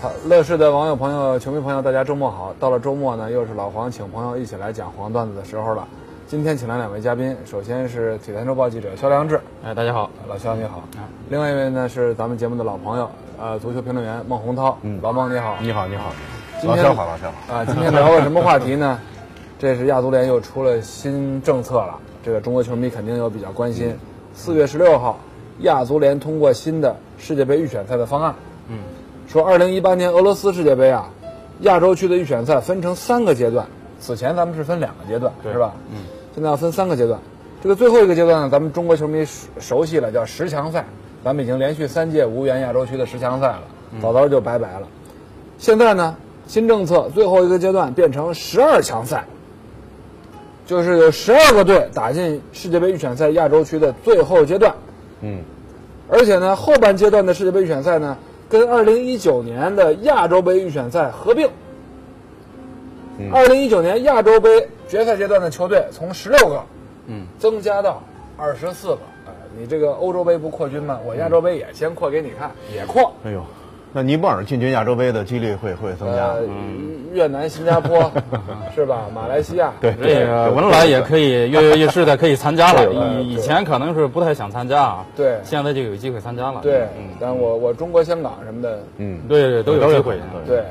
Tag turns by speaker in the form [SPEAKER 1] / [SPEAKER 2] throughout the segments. [SPEAKER 1] 好，乐视的网友朋友、球迷朋友，大家周末好！到了周末呢，又是老黄请朋友一起来讲黄段子的时候了。今天请来两位嘉宾，首先是《体坛周报》记者肖良志，
[SPEAKER 2] 哎，大家好，
[SPEAKER 1] 老肖你好。
[SPEAKER 2] 嗯
[SPEAKER 1] 另外一位呢是咱们节目的老朋友，呃，足球评论员孟洪涛，
[SPEAKER 2] 嗯
[SPEAKER 1] 老孟你好。
[SPEAKER 2] 你好，你好，
[SPEAKER 1] 今
[SPEAKER 2] 老
[SPEAKER 1] 天
[SPEAKER 2] 肖好，老肖好。
[SPEAKER 1] 啊，今天聊个什么话题呢？ 这是亚足联又出了新政策了，这个中国球迷肯定又比较关心。四月十六号，亚足联通过新的世界杯预选赛的方案，嗯，说二零一八年俄罗斯世界杯啊，亚洲区的预选赛分成三个阶段，此前咱们是分两个阶段，
[SPEAKER 2] 对
[SPEAKER 1] 是吧？嗯，现在要分三个阶段。这个最后一个阶段呢，咱们中国球迷熟熟悉了，叫十强赛。咱们已经连续三届无缘亚洲区的十强赛了，早早就拜拜了。现在呢，新政策最后一个阶段变成十二强赛，就是有十二个队打进世界杯预选赛亚洲区的最后阶段。
[SPEAKER 2] 嗯，
[SPEAKER 1] 而且呢，后半阶段的世界杯预选赛呢，跟二零一九年的亚洲杯预选赛合并。二零一九年亚洲杯决赛阶段的球队从十六个，
[SPEAKER 2] 嗯，
[SPEAKER 1] 增加到二十四个。哎，你这个欧洲杯不扩军吗？我亚洲杯也先扩给你看，也扩。
[SPEAKER 2] 哎呦，那尼泊尔进军亚洲杯的几率会会增加？
[SPEAKER 1] 呃，越南、新加坡 是吧？马来西亚，
[SPEAKER 2] 对
[SPEAKER 3] 嗯这个文莱也可以跃跃欲试的，可以参加了。以以前可能是不太想参加啊，
[SPEAKER 1] 对
[SPEAKER 3] 现在就有机会参加了。嗯
[SPEAKER 1] 对，但我我中国香港什么的，
[SPEAKER 2] 嗯，
[SPEAKER 3] 对，都有机会。
[SPEAKER 2] 对
[SPEAKER 1] 对，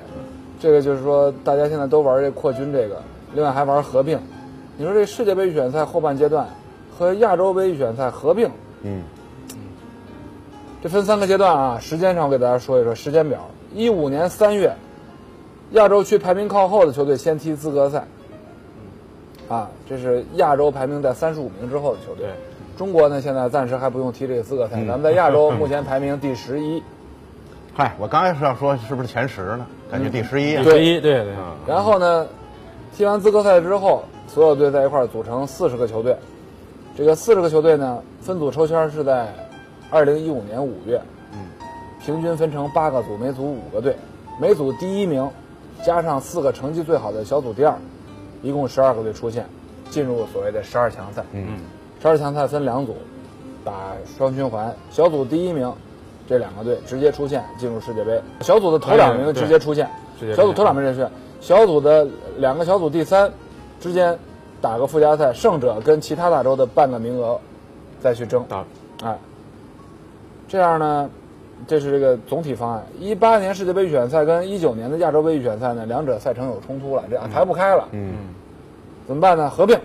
[SPEAKER 1] 这个就是说大家现在都玩这扩军这个，另外还玩合并。你说这世界杯预选赛后半阶段和亚洲杯预选赛合并，
[SPEAKER 2] 嗯，
[SPEAKER 1] 这分三个阶段啊，时间上我给大家说一说时间表。一五年三月，亚洲区排名靠后的球队先踢资格赛，啊，这是亚洲排名在三十五名之后的球队
[SPEAKER 3] 对。
[SPEAKER 1] 中国呢，现在暂时还不用踢这个资格赛，咱们在亚洲目前排名第十一。
[SPEAKER 2] 嗨，我刚才是要说是不是前十呢？感觉
[SPEAKER 1] 嗯
[SPEAKER 2] 第十一啊。
[SPEAKER 3] 对一，对对，
[SPEAKER 1] 然后呢，踢完资格赛之后，所有队在一块儿组成四十个球队。这个四十个球队呢，分组抽签是在二零一五年五月，嗯，平均分成八个组，每组五个队，每组第一名加上四个成绩最好的小组第二，一共十二个队出现，进入所谓的十二强赛。嗯，十二强赛分两组，打双循环，小组第一名。这两个队直接出线进入世界杯，小组的头两名
[SPEAKER 3] 对对
[SPEAKER 1] 直接出线，
[SPEAKER 3] 直接
[SPEAKER 1] 小组
[SPEAKER 3] 出线
[SPEAKER 1] 头两名人选，小组的两个小组第三之间打个附加赛，胜者跟其他大洲的半个名额再去争。
[SPEAKER 3] 打
[SPEAKER 1] 哎，这样呢，这是这个总体方案。一八年世界杯预选赛跟一九年的亚洲杯预选赛呢，两者赛程有冲突了，这样排不开了。嗯，怎么办呢？合并。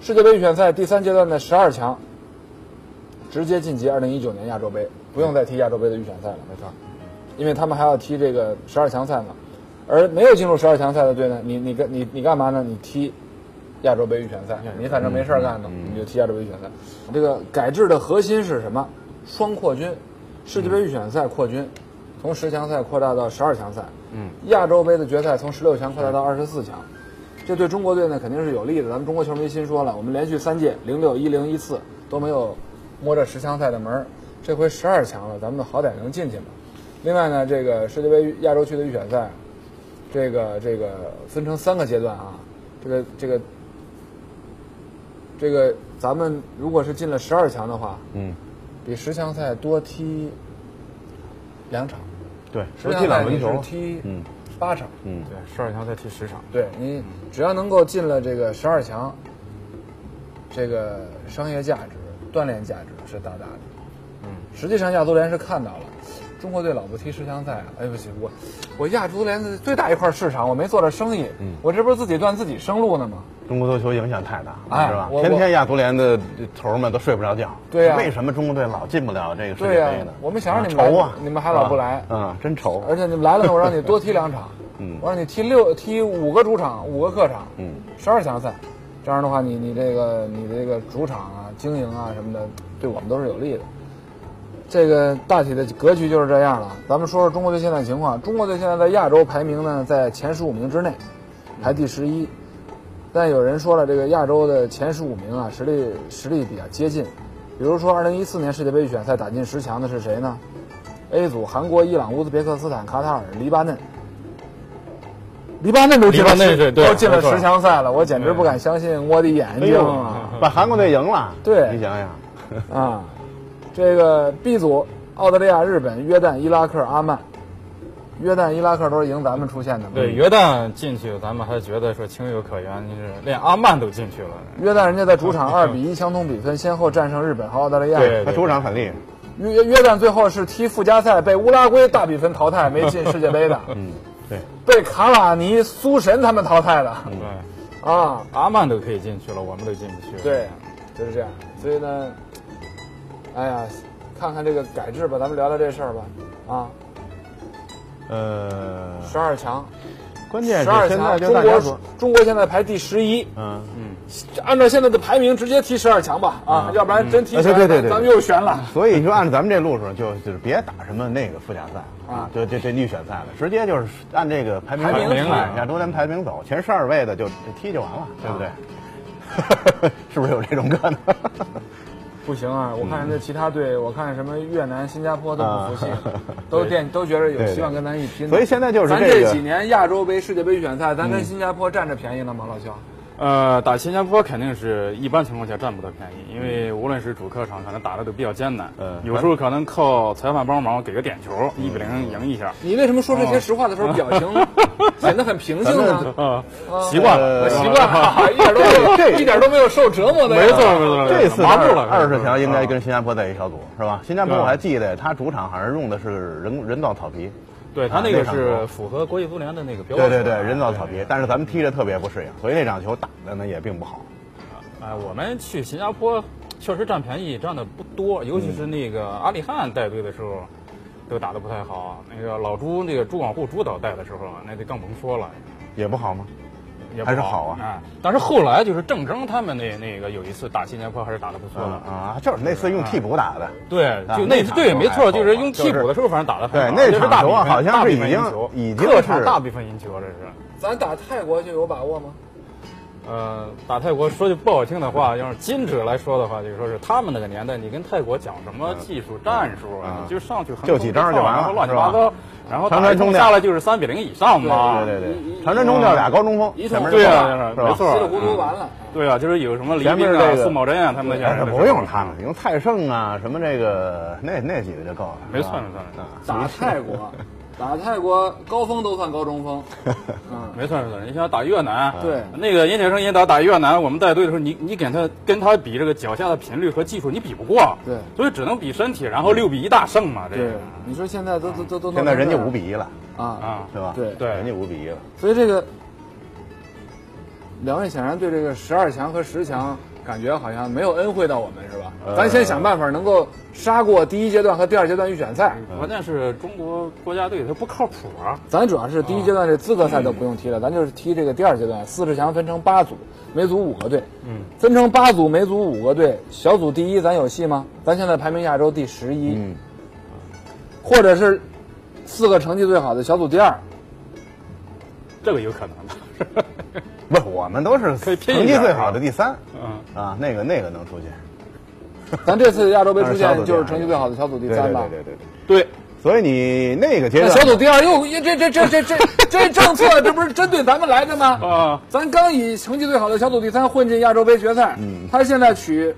[SPEAKER 1] 世界杯预选赛第三阶段的十二强，直接晋级二零一九年亚洲杯，不用再踢亚洲杯的预选赛了。没错，因为他们还要踢这个十二强赛嘛。而没有进入十二强赛的队呢，你你跟你你干嘛呢？你踢亚洲杯嗯预选赛，你反正没事儿干呢，你就踢亚洲杯预选赛。这个改制的核心是什么？双扩军，世界杯预选赛扩军，从十强赛扩大到十二强赛。嗯，亚洲杯的决赛从十六强扩大到二十四强。这对中国队呢肯定是有利的。咱们中国球迷心说了，我们连续三届零六、一零、一四都没有摸着十强赛的门儿，这回十二强了，咱们好歹能进去嘛。另外呢，这个世界杯亚洲区的预选赛，这个这个分成三个阶段啊，这个这个这个咱们如果是进了十二强的话，
[SPEAKER 2] 嗯，
[SPEAKER 1] 比十强赛多踢两场，
[SPEAKER 2] 对，
[SPEAKER 1] 十
[SPEAKER 2] 不
[SPEAKER 1] 强
[SPEAKER 2] 进
[SPEAKER 1] 赛
[SPEAKER 2] 两
[SPEAKER 1] 你
[SPEAKER 2] 门
[SPEAKER 1] 是
[SPEAKER 2] 球。
[SPEAKER 1] 踢
[SPEAKER 2] 嗯
[SPEAKER 1] 八场，
[SPEAKER 2] 嗯，
[SPEAKER 3] 对，十二强赛踢十场，
[SPEAKER 1] 对你只要能够进了这个十二强，这个商业价值、锻炼价值是大大的。嗯，实际上亚足联是看到了，中国队老不踢十强赛啊，哎不行，我我亚足联的最大一块市场，我没做着生意，
[SPEAKER 2] 嗯
[SPEAKER 1] 我这不是自己断自己生路呢吗？
[SPEAKER 2] 中国足球影响太大
[SPEAKER 1] 哎
[SPEAKER 2] 了，是吧？
[SPEAKER 1] 我
[SPEAKER 2] 天天亚足联的头儿们都睡不着觉。
[SPEAKER 1] 对呀
[SPEAKER 2] 为什么中国队老进不了这个世界
[SPEAKER 1] 对呀、
[SPEAKER 2] 杯呢？
[SPEAKER 1] 我们想让你们来，
[SPEAKER 2] 愁啊，
[SPEAKER 1] 你们还老不来，
[SPEAKER 2] 嗯，真愁。
[SPEAKER 1] 而且你们来了呢，我让你多踢两场，
[SPEAKER 2] 嗯
[SPEAKER 1] 我让你踢六踢五个主场，五个客场，
[SPEAKER 2] 嗯，
[SPEAKER 1] 十二强赛，这样的话你你这个你这个主场啊、经营啊什么的，对我们都是有利的。这个大体的格局就是这样了。咱们说说中国队现在情况，中国队现在在亚洲排名呢在前十五名之内，排第十一。但有人说了，这个亚洲的前十五名啊，实力实力比较接近。比如说，二零一四年世界杯预选赛打进十强的是谁呢？A 组韩国、伊朗、乌兹别克斯坦、卡塔尔、黎巴嫩。黎巴嫩都进了
[SPEAKER 3] 黎巴嫩
[SPEAKER 1] 十，
[SPEAKER 3] 是对
[SPEAKER 1] 都进了
[SPEAKER 3] 没错哎
[SPEAKER 1] 十强赛了，我简直不敢相信我的眼睛 啊！
[SPEAKER 2] 哎把韩国队赢了，
[SPEAKER 1] 对
[SPEAKER 2] 你想想，
[SPEAKER 1] 啊，这个 B 组，澳大利亚、日本、约旦、伊拉克、阿曼，约旦、伊拉克都是赢咱们出现的嘛。
[SPEAKER 3] 对，约旦进去，咱们还觉得说情有可原，就是连阿曼都进去了。
[SPEAKER 2] 嗯
[SPEAKER 1] 约旦人家在主场二比一相同比分先后战胜日本和澳大利亚。
[SPEAKER 3] 嗯对，
[SPEAKER 2] 他主场很厉害，
[SPEAKER 1] 约约约旦最后是踢附加赛被乌拉圭大比分淘汰，没进世界 杯的，
[SPEAKER 2] 嗯，对，
[SPEAKER 1] 被卡瓦尼、苏神他们淘汰的
[SPEAKER 3] 对，
[SPEAKER 1] 啊。
[SPEAKER 3] 阿曼都可以进去了，我们都进不去。
[SPEAKER 1] 对，就是这样。所以呢，哎呀，看看这个改制吧，咱们聊聊这事儿吧。啊，
[SPEAKER 2] 呃，
[SPEAKER 1] 十二强，
[SPEAKER 2] 关键
[SPEAKER 1] 十
[SPEAKER 2] 是
[SPEAKER 1] 二
[SPEAKER 2] 现在
[SPEAKER 1] 强，
[SPEAKER 2] 就
[SPEAKER 1] 中
[SPEAKER 2] 大家
[SPEAKER 1] 国
[SPEAKER 2] 说，
[SPEAKER 1] 中国现在排第十一。
[SPEAKER 2] 嗯，
[SPEAKER 1] 按照现在的排名，直接踢十二强吧，啊，要不然真踢
[SPEAKER 2] 啊
[SPEAKER 1] 十
[SPEAKER 2] 对
[SPEAKER 1] 二
[SPEAKER 2] 对对对
[SPEAKER 1] 咱们又悬 了。
[SPEAKER 2] 所以说按照咱们这路数，就就是别打什么那个附加赛
[SPEAKER 1] 啊
[SPEAKER 2] 就就这预选赛了，直接就是按这个排名
[SPEAKER 1] 排名
[SPEAKER 2] 走
[SPEAKER 3] 啊
[SPEAKER 2] 亚洲咱排名走，前十二位的就就踢就完了，对不对？ 是不是有这种可能？
[SPEAKER 1] 不行啊，我看人家其他队，我看什么越南、新加坡都不服气
[SPEAKER 2] 啊，
[SPEAKER 1] 都惦都觉得有
[SPEAKER 2] 对对
[SPEAKER 1] 希望跟咱一拼的。
[SPEAKER 2] 所以现在就是
[SPEAKER 1] 咱
[SPEAKER 2] 这
[SPEAKER 1] 这
[SPEAKER 2] 个嗯
[SPEAKER 1] 几年亚洲杯、世界杯预选赛，咱跟新加坡占着便宜了吗？老肖，
[SPEAKER 3] 呃，打新加坡肯定是一般情况下占不到便宜，因为无论是主客场，可能打的都比较艰难。
[SPEAKER 2] 嗯
[SPEAKER 3] 有时候可能靠裁判帮忙给个点球，一比零
[SPEAKER 2] 嗯
[SPEAKER 3] 赢一下。
[SPEAKER 1] 你为什么说这
[SPEAKER 2] 哦
[SPEAKER 1] 些实话的时候表 情显得很平静呢？
[SPEAKER 3] 啊，习惯了，
[SPEAKER 2] 呃
[SPEAKER 1] 我 习 惯了，一点都
[SPEAKER 2] 这
[SPEAKER 1] 没有，
[SPEAKER 2] 这
[SPEAKER 1] 一点都没有受折磨的 样
[SPEAKER 3] 没
[SPEAKER 1] 子。
[SPEAKER 3] 错没错，
[SPEAKER 2] 这次
[SPEAKER 3] 麻木了。
[SPEAKER 2] 二十强应该
[SPEAKER 3] 啊
[SPEAKER 2] 跟新加坡在一小组是吧？新加坡我还记得，他主场好像用的是人人造草皮，
[SPEAKER 3] 对他那
[SPEAKER 2] 啊那
[SPEAKER 3] 个
[SPEAKER 2] 场
[SPEAKER 3] 是
[SPEAKER 2] 球
[SPEAKER 3] 符合国际足联的那个标
[SPEAKER 2] 对
[SPEAKER 3] 准。
[SPEAKER 2] 对对，人造草皮。但是咱们踢着特别不适应，所以那场球打的呢也并不好。
[SPEAKER 3] 哎，我们去新加坡确实占便宜，占的不
[SPEAKER 2] 嗯
[SPEAKER 3] 多，尤其是那个阿里汉带队的时候，都打得不太好。那个老朱那个朱广沪朱导带的时候，那就更甭说了，
[SPEAKER 2] 也不好吗？
[SPEAKER 3] 也不
[SPEAKER 2] 还是好啊
[SPEAKER 3] 哎，但是后来就是郑铮他们那那个有一次打新加坡还是打得不错
[SPEAKER 2] 啊
[SPEAKER 3] 的。
[SPEAKER 2] 啊，就是那次用替补打的。
[SPEAKER 3] 对，就
[SPEAKER 2] 那
[SPEAKER 3] 那
[SPEAKER 2] 场
[SPEAKER 3] 对，
[SPEAKER 2] 球
[SPEAKER 3] 没
[SPEAKER 2] 还
[SPEAKER 3] 错，
[SPEAKER 2] 好
[SPEAKER 3] 就是
[SPEAKER 2] 吧
[SPEAKER 3] 用
[SPEAKER 2] 就
[SPEAKER 3] 替
[SPEAKER 2] 是
[SPEAKER 3] 补的时候，反正打得很
[SPEAKER 2] 对
[SPEAKER 3] 好
[SPEAKER 2] 那
[SPEAKER 3] 这是
[SPEAKER 2] 场
[SPEAKER 3] 大
[SPEAKER 2] 球
[SPEAKER 3] 比分
[SPEAKER 2] 好像
[SPEAKER 3] 大
[SPEAKER 2] 是
[SPEAKER 3] 比
[SPEAKER 2] 已
[SPEAKER 3] 分
[SPEAKER 2] 经
[SPEAKER 3] 赢球
[SPEAKER 2] 已经
[SPEAKER 3] 客场
[SPEAKER 2] 是
[SPEAKER 3] 大比分赢球，这是。
[SPEAKER 1] 咱打泰国就有把握吗？
[SPEAKER 3] 呃，打泰国说句不好听的话，要是今者来说的话，就是说是他们那个年代，你跟泰国讲什么技术、战术啊，
[SPEAKER 2] 嗯
[SPEAKER 3] 你就上去横
[SPEAKER 2] 就几招就完了
[SPEAKER 3] 然后乱七八糟，然后
[SPEAKER 2] 长
[SPEAKER 3] 打
[SPEAKER 2] 传
[SPEAKER 3] 一通
[SPEAKER 2] 中
[SPEAKER 3] 下
[SPEAKER 2] 量
[SPEAKER 3] 来就是三比零以上嘛。
[SPEAKER 2] 对对对，长传中调俩高中锋，
[SPEAKER 1] 一
[SPEAKER 2] 前面
[SPEAKER 1] 桶
[SPEAKER 3] 对
[SPEAKER 2] 就
[SPEAKER 3] 啊
[SPEAKER 2] 够
[SPEAKER 3] 就
[SPEAKER 2] 了
[SPEAKER 3] 是
[SPEAKER 2] 是吧嗯
[SPEAKER 3] 没错
[SPEAKER 1] 稀里糊涂完了。
[SPEAKER 3] 对啊，就是有什么黎
[SPEAKER 2] 前
[SPEAKER 3] 明
[SPEAKER 2] 面
[SPEAKER 3] 啊、
[SPEAKER 2] 哎这个
[SPEAKER 3] 苏茂贞啊，他们那些
[SPEAKER 2] 但
[SPEAKER 3] 人
[SPEAKER 2] 是
[SPEAKER 3] 的时候
[SPEAKER 2] 不用他们，用泰盛啊，什么这个那那几个就够了。
[SPEAKER 3] 没
[SPEAKER 2] 是吧
[SPEAKER 3] 错没错没错
[SPEAKER 2] 啊
[SPEAKER 1] 打泰国，打泰国高峰都算高中 锋，嗯，
[SPEAKER 3] 没错没错，你像打越南，
[SPEAKER 1] 对
[SPEAKER 3] 那个尹铁生尹导打越南，我们带队的时候，你你给他跟他比这个脚下的频率和技术，你比不过，
[SPEAKER 1] 对
[SPEAKER 3] 所以只能比身体，然后六比一大胜嘛，这
[SPEAKER 1] 对
[SPEAKER 3] 个，
[SPEAKER 1] 你说现在都都都都
[SPEAKER 2] 现在人家五比一了，
[SPEAKER 1] 啊，
[SPEAKER 3] 啊，
[SPEAKER 2] 对吧？
[SPEAKER 1] 对
[SPEAKER 3] 对
[SPEAKER 2] 人家五比一了。
[SPEAKER 1] 所以这个两位显然对这个十二强和十强感觉好像没有恩惠到我们是吧？
[SPEAKER 2] 呃
[SPEAKER 1] 咱先想办法能够杀过第一阶段和第二阶段预选赛，
[SPEAKER 2] 嗯
[SPEAKER 3] 关键是中国国家队他不靠谱啊。
[SPEAKER 1] 咱主要是第一阶段这资格赛都不用踢
[SPEAKER 2] 嗯
[SPEAKER 1] 了，咱就是踢这个第二阶段，四十强分成八组，每组五个队，嗯，分成八组，每组五个队，小组第一咱有戏吗？咱现在排名亚洲第十一，
[SPEAKER 2] 嗯，
[SPEAKER 1] 或者是四个成绩最好的小组第 二，
[SPEAKER 3] 这个有可能 的。
[SPEAKER 2] 不是，我们都是
[SPEAKER 3] 可以拼一
[SPEAKER 2] 成绩
[SPEAKER 3] 下
[SPEAKER 2] 最
[SPEAKER 3] 是吧
[SPEAKER 2] 好的第三
[SPEAKER 3] 嗯，
[SPEAKER 2] 啊，那个那个能出去。
[SPEAKER 1] 咱这次亚洲杯出
[SPEAKER 2] 但是小
[SPEAKER 1] 现
[SPEAKER 2] 组第
[SPEAKER 1] 就
[SPEAKER 2] 二
[SPEAKER 1] 是成绩最好的小组第三吧？
[SPEAKER 2] 对对对对对。
[SPEAKER 3] 对，
[SPEAKER 2] 所以你那个阶
[SPEAKER 1] 那
[SPEAKER 2] 段，
[SPEAKER 1] 小组第二又这这这这这这政策，这不是针对咱们来的吗？
[SPEAKER 3] 啊，
[SPEAKER 1] 咱刚以成绩最好的小组第三混进亚洲杯决赛，
[SPEAKER 2] 嗯
[SPEAKER 1] 他现在取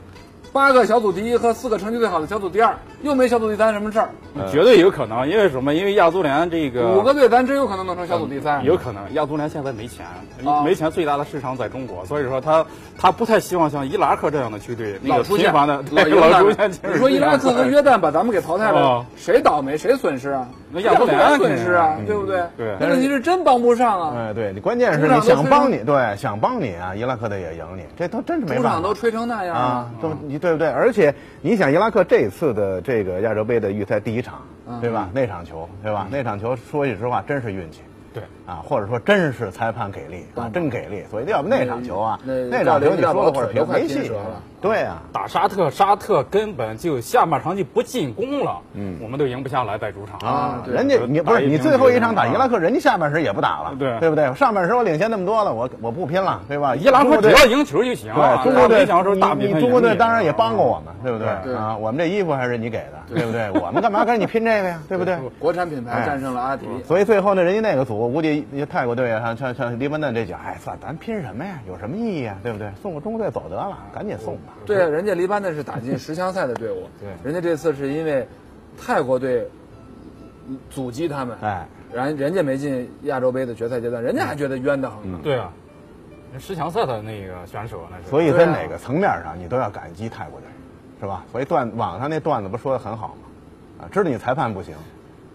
[SPEAKER 1] 八个小组第一和四个成绩最好的小组第二，又没小组第三什么事儿。
[SPEAKER 3] 绝对有可能，因为什么？因为亚足联这个
[SPEAKER 1] 五个队，咱真有可能弄成小组第三。
[SPEAKER 3] 啊嗯有可能，亚足联现在没钱
[SPEAKER 1] 啊，
[SPEAKER 3] 没钱最大的市场在中国，所以说他他不太希望像伊拉克这样的球队那
[SPEAKER 1] 老
[SPEAKER 3] 个
[SPEAKER 1] 出
[SPEAKER 3] 频
[SPEAKER 1] 现
[SPEAKER 3] 繁的
[SPEAKER 1] 老
[SPEAKER 3] 对
[SPEAKER 1] 约
[SPEAKER 3] 老
[SPEAKER 1] 旦
[SPEAKER 3] 出现这种情况。
[SPEAKER 1] 你说伊拉克 和约旦把咱们给淘汰了
[SPEAKER 3] 哦，
[SPEAKER 1] 谁倒霉谁损失啊？
[SPEAKER 3] 那亚足联
[SPEAKER 1] 损失啊，
[SPEAKER 3] 肯定嗯
[SPEAKER 1] 对不对？
[SPEAKER 3] 对
[SPEAKER 1] 那问题是真帮不上啊，
[SPEAKER 2] 哎，对你关键是
[SPEAKER 1] 主场
[SPEAKER 2] 你
[SPEAKER 1] 都
[SPEAKER 2] 想
[SPEAKER 1] 非
[SPEAKER 2] 帮
[SPEAKER 1] 常
[SPEAKER 2] 你，对，想帮你啊，伊拉克队也赢你，这都真是没
[SPEAKER 1] 主
[SPEAKER 2] 办
[SPEAKER 1] 场
[SPEAKER 2] 法
[SPEAKER 1] 都吹成那样
[SPEAKER 2] 啊
[SPEAKER 1] 了，，
[SPEAKER 2] 都你对不对？而且你想，伊拉克这次的这
[SPEAKER 3] 嗯
[SPEAKER 2] 个亚洲杯的预赛第一场，对吧？那场球，对吧？那场球说句实话，真是运气，
[SPEAKER 3] 对
[SPEAKER 2] 啊，或者说真是裁判给力啊，真给力，所以要不那场球啊，
[SPEAKER 1] 那
[SPEAKER 2] 那场球你说了会儿
[SPEAKER 1] 那
[SPEAKER 2] 平
[SPEAKER 1] 快
[SPEAKER 2] 没
[SPEAKER 1] 拼
[SPEAKER 2] 戏
[SPEAKER 1] 折了，
[SPEAKER 2] 对啊，
[SPEAKER 3] 打沙特，沙特根本就下半场就不进攻了，嗯，我们都赢不下来，在主场
[SPEAKER 2] 啊，
[SPEAKER 1] 对
[SPEAKER 2] 人家你不
[SPEAKER 3] 打
[SPEAKER 2] 是
[SPEAKER 3] 一
[SPEAKER 2] 你
[SPEAKER 3] 平
[SPEAKER 2] 最后
[SPEAKER 3] 局
[SPEAKER 2] 一场打
[SPEAKER 3] 啊
[SPEAKER 2] 伊拉克，人家下半时也不打了，
[SPEAKER 3] 对
[SPEAKER 2] 对不对？上半时我领先那么多了，我我不拼了，对吧？
[SPEAKER 3] 啊伊拉
[SPEAKER 2] 中
[SPEAKER 3] 克
[SPEAKER 2] 国
[SPEAKER 3] 只
[SPEAKER 2] 队
[SPEAKER 3] 要赢球就行啊。
[SPEAKER 2] 对中国队
[SPEAKER 3] 没想说大比
[SPEAKER 2] 你
[SPEAKER 3] 分
[SPEAKER 2] 你中国队
[SPEAKER 3] 赢
[SPEAKER 2] 当然也帮过我们，对不对
[SPEAKER 1] 对
[SPEAKER 2] 啊？我们这衣服还是你给的，对不对？我们干嘛跟你拼这个呀？对不对？
[SPEAKER 1] 国产品牌
[SPEAKER 2] 哎
[SPEAKER 1] 战胜了阿迪，
[SPEAKER 2] 所以最后呢，人家那个组估计泰国队啊，像像像黎巴嫩这几个，哎，算咱拼什么呀？有什么意义啊？对不对？送个中国队走得了，赶紧送吧。
[SPEAKER 1] 对啊，人家黎巴嫩是打进十强赛的队伍，
[SPEAKER 3] 对
[SPEAKER 1] 人家这次是因为泰国队阻击他们，
[SPEAKER 2] 哎，
[SPEAKER 1] 然后人家没进亚洲杯的决赛阶段，人家还觉得冤得
[SPEAKER 2] 嗯
[SPEAKER 1] 很呢。
[SPEAKER 3] 对啊，人十强赛的那个选手那是。
[SPEAKER 2] 所以
[SPEAKER 1] 对
[SPEAKER 2] 在
[SPEAKER 1] 啊
[SPEAKER 2] 哪个层面上，你都要感激泰国队，是吧？所以段网上那段子不说的很好吗？啊，知道你裁判不行，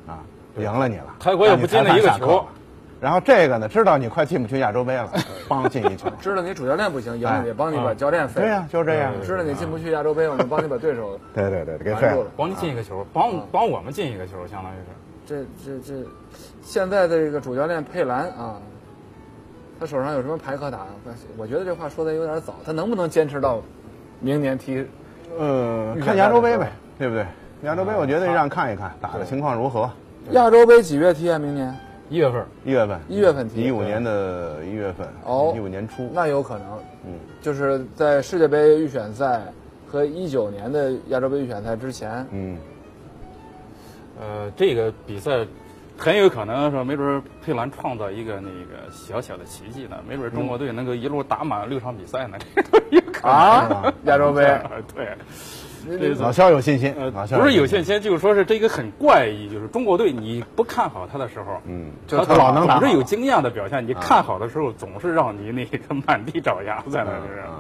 [SPEAKER 2] 啊，赢了你了，
[SPEAKER 3] 泰国也不进了一个球
[SPEAKER 2] 让你裁判下课了。然后这个呢，知道你快进不去亚洲杯了， 帮进一球。
[SPEAKER 1] 知道你主教练不行，赢了
[SPEAKER 2] 哎
[SPEAKER 1] 也帮你把教练废。嗯
[SPEAKER 2] 对呀、就是这样。。
[SPEAKER 1] 知道你进不去亚洲杯，我们帮你把对手
[SPEAKER 2] 对对对，给废
[SPEAKER 1] 瞒住
[SPEAKER 2] 了
[SPEAKER 1] 了。
[SPEAKER 3] 帮你进一个球，帮帮我们进一个球，相当于是。
[SPEAKER 1] 这这这，现在的这个主教练佩兰啊，他手上有什么牌可打？我觉得这话说的有点早，他能不能坚持到明年踢？
[SPEAKER 2] 呃，
[SPEAKER 1] 预选赛
[SPEAKER 2] 看亚洲
[SPEAKER 1] 的
[SPEAKER 2] 杯
[SPEAKER 1] 时
[SPEAKER 2] 呗，对不对？亚洲杯我觉得让看一看打的情况如何。
[SPEAKER 1] 亚洲杯几月踢啊？明年
[SPEAKER 3] 一月份，
[SPEAKER 2] 一月份，
[SPEAKER 1] 一月份踢
[SPEAKER 2] 一五年的一月份，
[SPEAKER 1] 哦
[SPEAKER 2] 一五年初。
[SPEAKER 1] 那有可能，
[SPEAKER 2] 嗯，
[SPEAKER 1] 就是在世界杯预选赛和一九年的亚洲杯预选赛之前，
[SPEAKER 2] 嗯，
[SPEAKER 3] 呃，这个比赛很有可能说，没准儿佩兰创造一个那个小小的奇迹呢，没准儿中国队能够一路打满六场比赛呢， 这个都有可能。
[SPEAKER 1] 啊， 亚洲杯，
[SPEAKER 3] 对，
[SPEAKER 1] 那
[SPEAKER 2] 老肖有信心，
[SPEAKER 3] 呃，
[SPEAKER 2] 老肖
[SPEAKER 3] 不是有
[SPEAKER 2] 信
[SPEAKER 3] 信心，就是说是这个很怪异，就是中国队你不看好他的时候，
[SPEAKER 2] 心，嗯，
[SPEAKER 1] 就
[SPEAKER 3] 他
[SPEAKER 1] 他老
[SPEAKER 2] 能打
[SPEAKER 3] 总
[SPEAKER 2] 好
[SPEAKER 3] 是有经验的表现。
[SPEAKER 1] 啊
[SPEAKER 3] 你看好的时候，总是让你那个 满地找牙在
[SPEAKER 2] 嗯
[SPEAKER 3] 那儿就是。
[SPEAKER 1] 嗯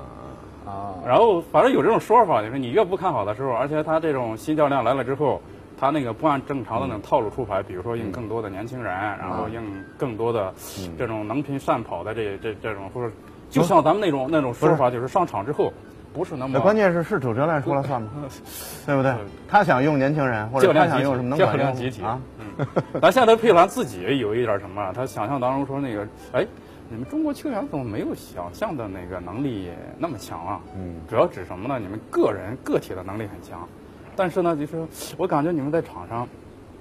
[SPEAKER 1] 啊，
[SPEAKER 3] 然后反正有这种说法，就是你越不看好的时候，而且他这种新教练来了之后，他那个不按正常的那种套路出牌，比如说用更多的年轻人，
[SPEAKER 2] 嗯
[SPEAKER 3] 然后用更多的这种能拼善跑的这这这种，或者就像咱们那种那种说法，就是上场之后不是那
[SPEAKER 2] 哦
[SPEAKER 3] 么
[SPEAKER 2] 那关键是是主教练说了算吗？对不对？他想用年轻人，或
[SPEAKER 3] 较
[SPEAKER 2] 者他
[SPEAKER 3] 量
[SPEAKER 2] 想
[SPEAKER 3] 集
[SPEAKER 2] 用什
[SPEAKER 3] 体，
[SPEAKER 2] 么能
[SPEAKER 3] 较
[SPEAKER 2] 管
[SPEAKER 3] 量
[SPEAKER 2] 用
[SPEAKER 3] 集体
[SPEAKER 2] 啊？。
[SPEAKER 3] 嗯，但现在佩兰自己有一点什么啊，他想象当中说那个，哎，你们中国球员怎么没有想象的那个能力那么强啊？
[SPEAKER 2] 嗯，
[SPEAKER 3] 主要指什么呢？你们个人个体的能力很强，但是呢，就是我感觉你们在场上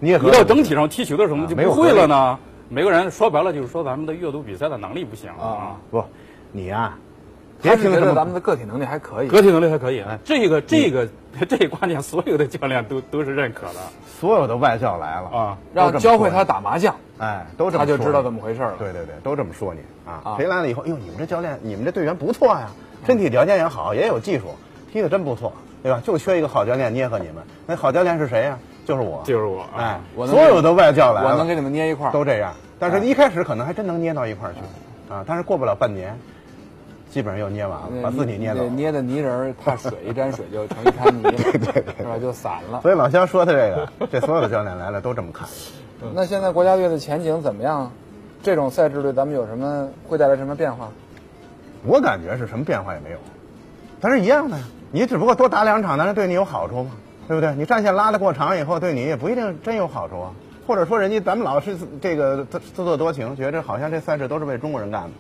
[SPEAKER 2] 你也
[SPEAKER 3] 一到整体上踢球的时候
[SPEAKER 2] 啊
[SPEAKER 3] 就
[SPEAKER 2] 没有
[SPEAKER 3] 不会
[SPEAKER 2] 合力
[SPEAKER 3] 了呢。每个人说白了就是说咱们的阅读比赛的能力不行啊
[SPEAKER 1] 啊，
[SPEAKER 2] 不，你呀，别
[SPEAKER 1] 他是
[SPEAKER 2] 听
[SPEAKER 1] 觉
[SPEAKER 2] 什
[SPEAKER 1] 得咱
[SPEAKER 2] 么
[SPEAKER 1] 们的个体能力还可以，
[SPEAKER 3] 个体能力还可以。
[SPEAKER 2] 哎
[SPEAKER 3] 这个这个 这一观点，所有的教练都都是认可的
[SPEAKER 2] 所有的外教来了，
[SPEAKER 3] 啊。
[SPEAKER 1] 让教会他打麻将，
[SPEAKER 2] 哎，都这么
[SPEAKER 1] 他就
[SPEAKER 2] 说
[SPEAKER 1] 知道
[SPEAKER 2] 你
[SPEAKER 1] 怎么回事了。
[SPEAKER 2] 对对对，都这么说你
[SPEAKER 1] 啊
[SPEAKER 2] 啊。谁来了以后，哎呦，你们这教练，你们这队员不错呀，身体条件也好，也有技术，踢得真不错，对吧？就缺一个好教练捏合你们。那好教练是谁呀？就是我，
[SPEAKER 3] 就是我啊
[SPEAKER 2] 哎，
[SPEAKER 1] 我能
[SPEAKER 2] 所有的外教来
[SPEAKER 1] 我能
[SPEAKER 2] 了
[SPEAKER 1] 给你啊们捏一块儿，
[SPEAKER 2] 都这样，但是一开始可能还真能捏到一块儿去啊，但是过不了半年，基本上又捏完了，把自己捏走
[SPEAKER 1] 对
[SPEAKER 2] 了。
[SPEAKER 1] 啊捏的泥人儿怕水一沾水就成一 滩泥了，是吧？就散了。
[SPEAKER 2] 所以老肖说的这个，这所有的教练来了都这么看。
[SPEAKER 1] 嗯那现在国家队的前景怎么样？这种赛制对咱们有什么会带来什么变化？
[SPEAKER 2] 我感觉是什么变化也没有，它是一样的呀。你只不过多打两场，但是对你有好处吗？对不对？你战线拉得过长以后，对你也不一定真有好处啊。或者说，人家咱们老是这个自自作多情，觉着好像这赛事都是为中国人干的，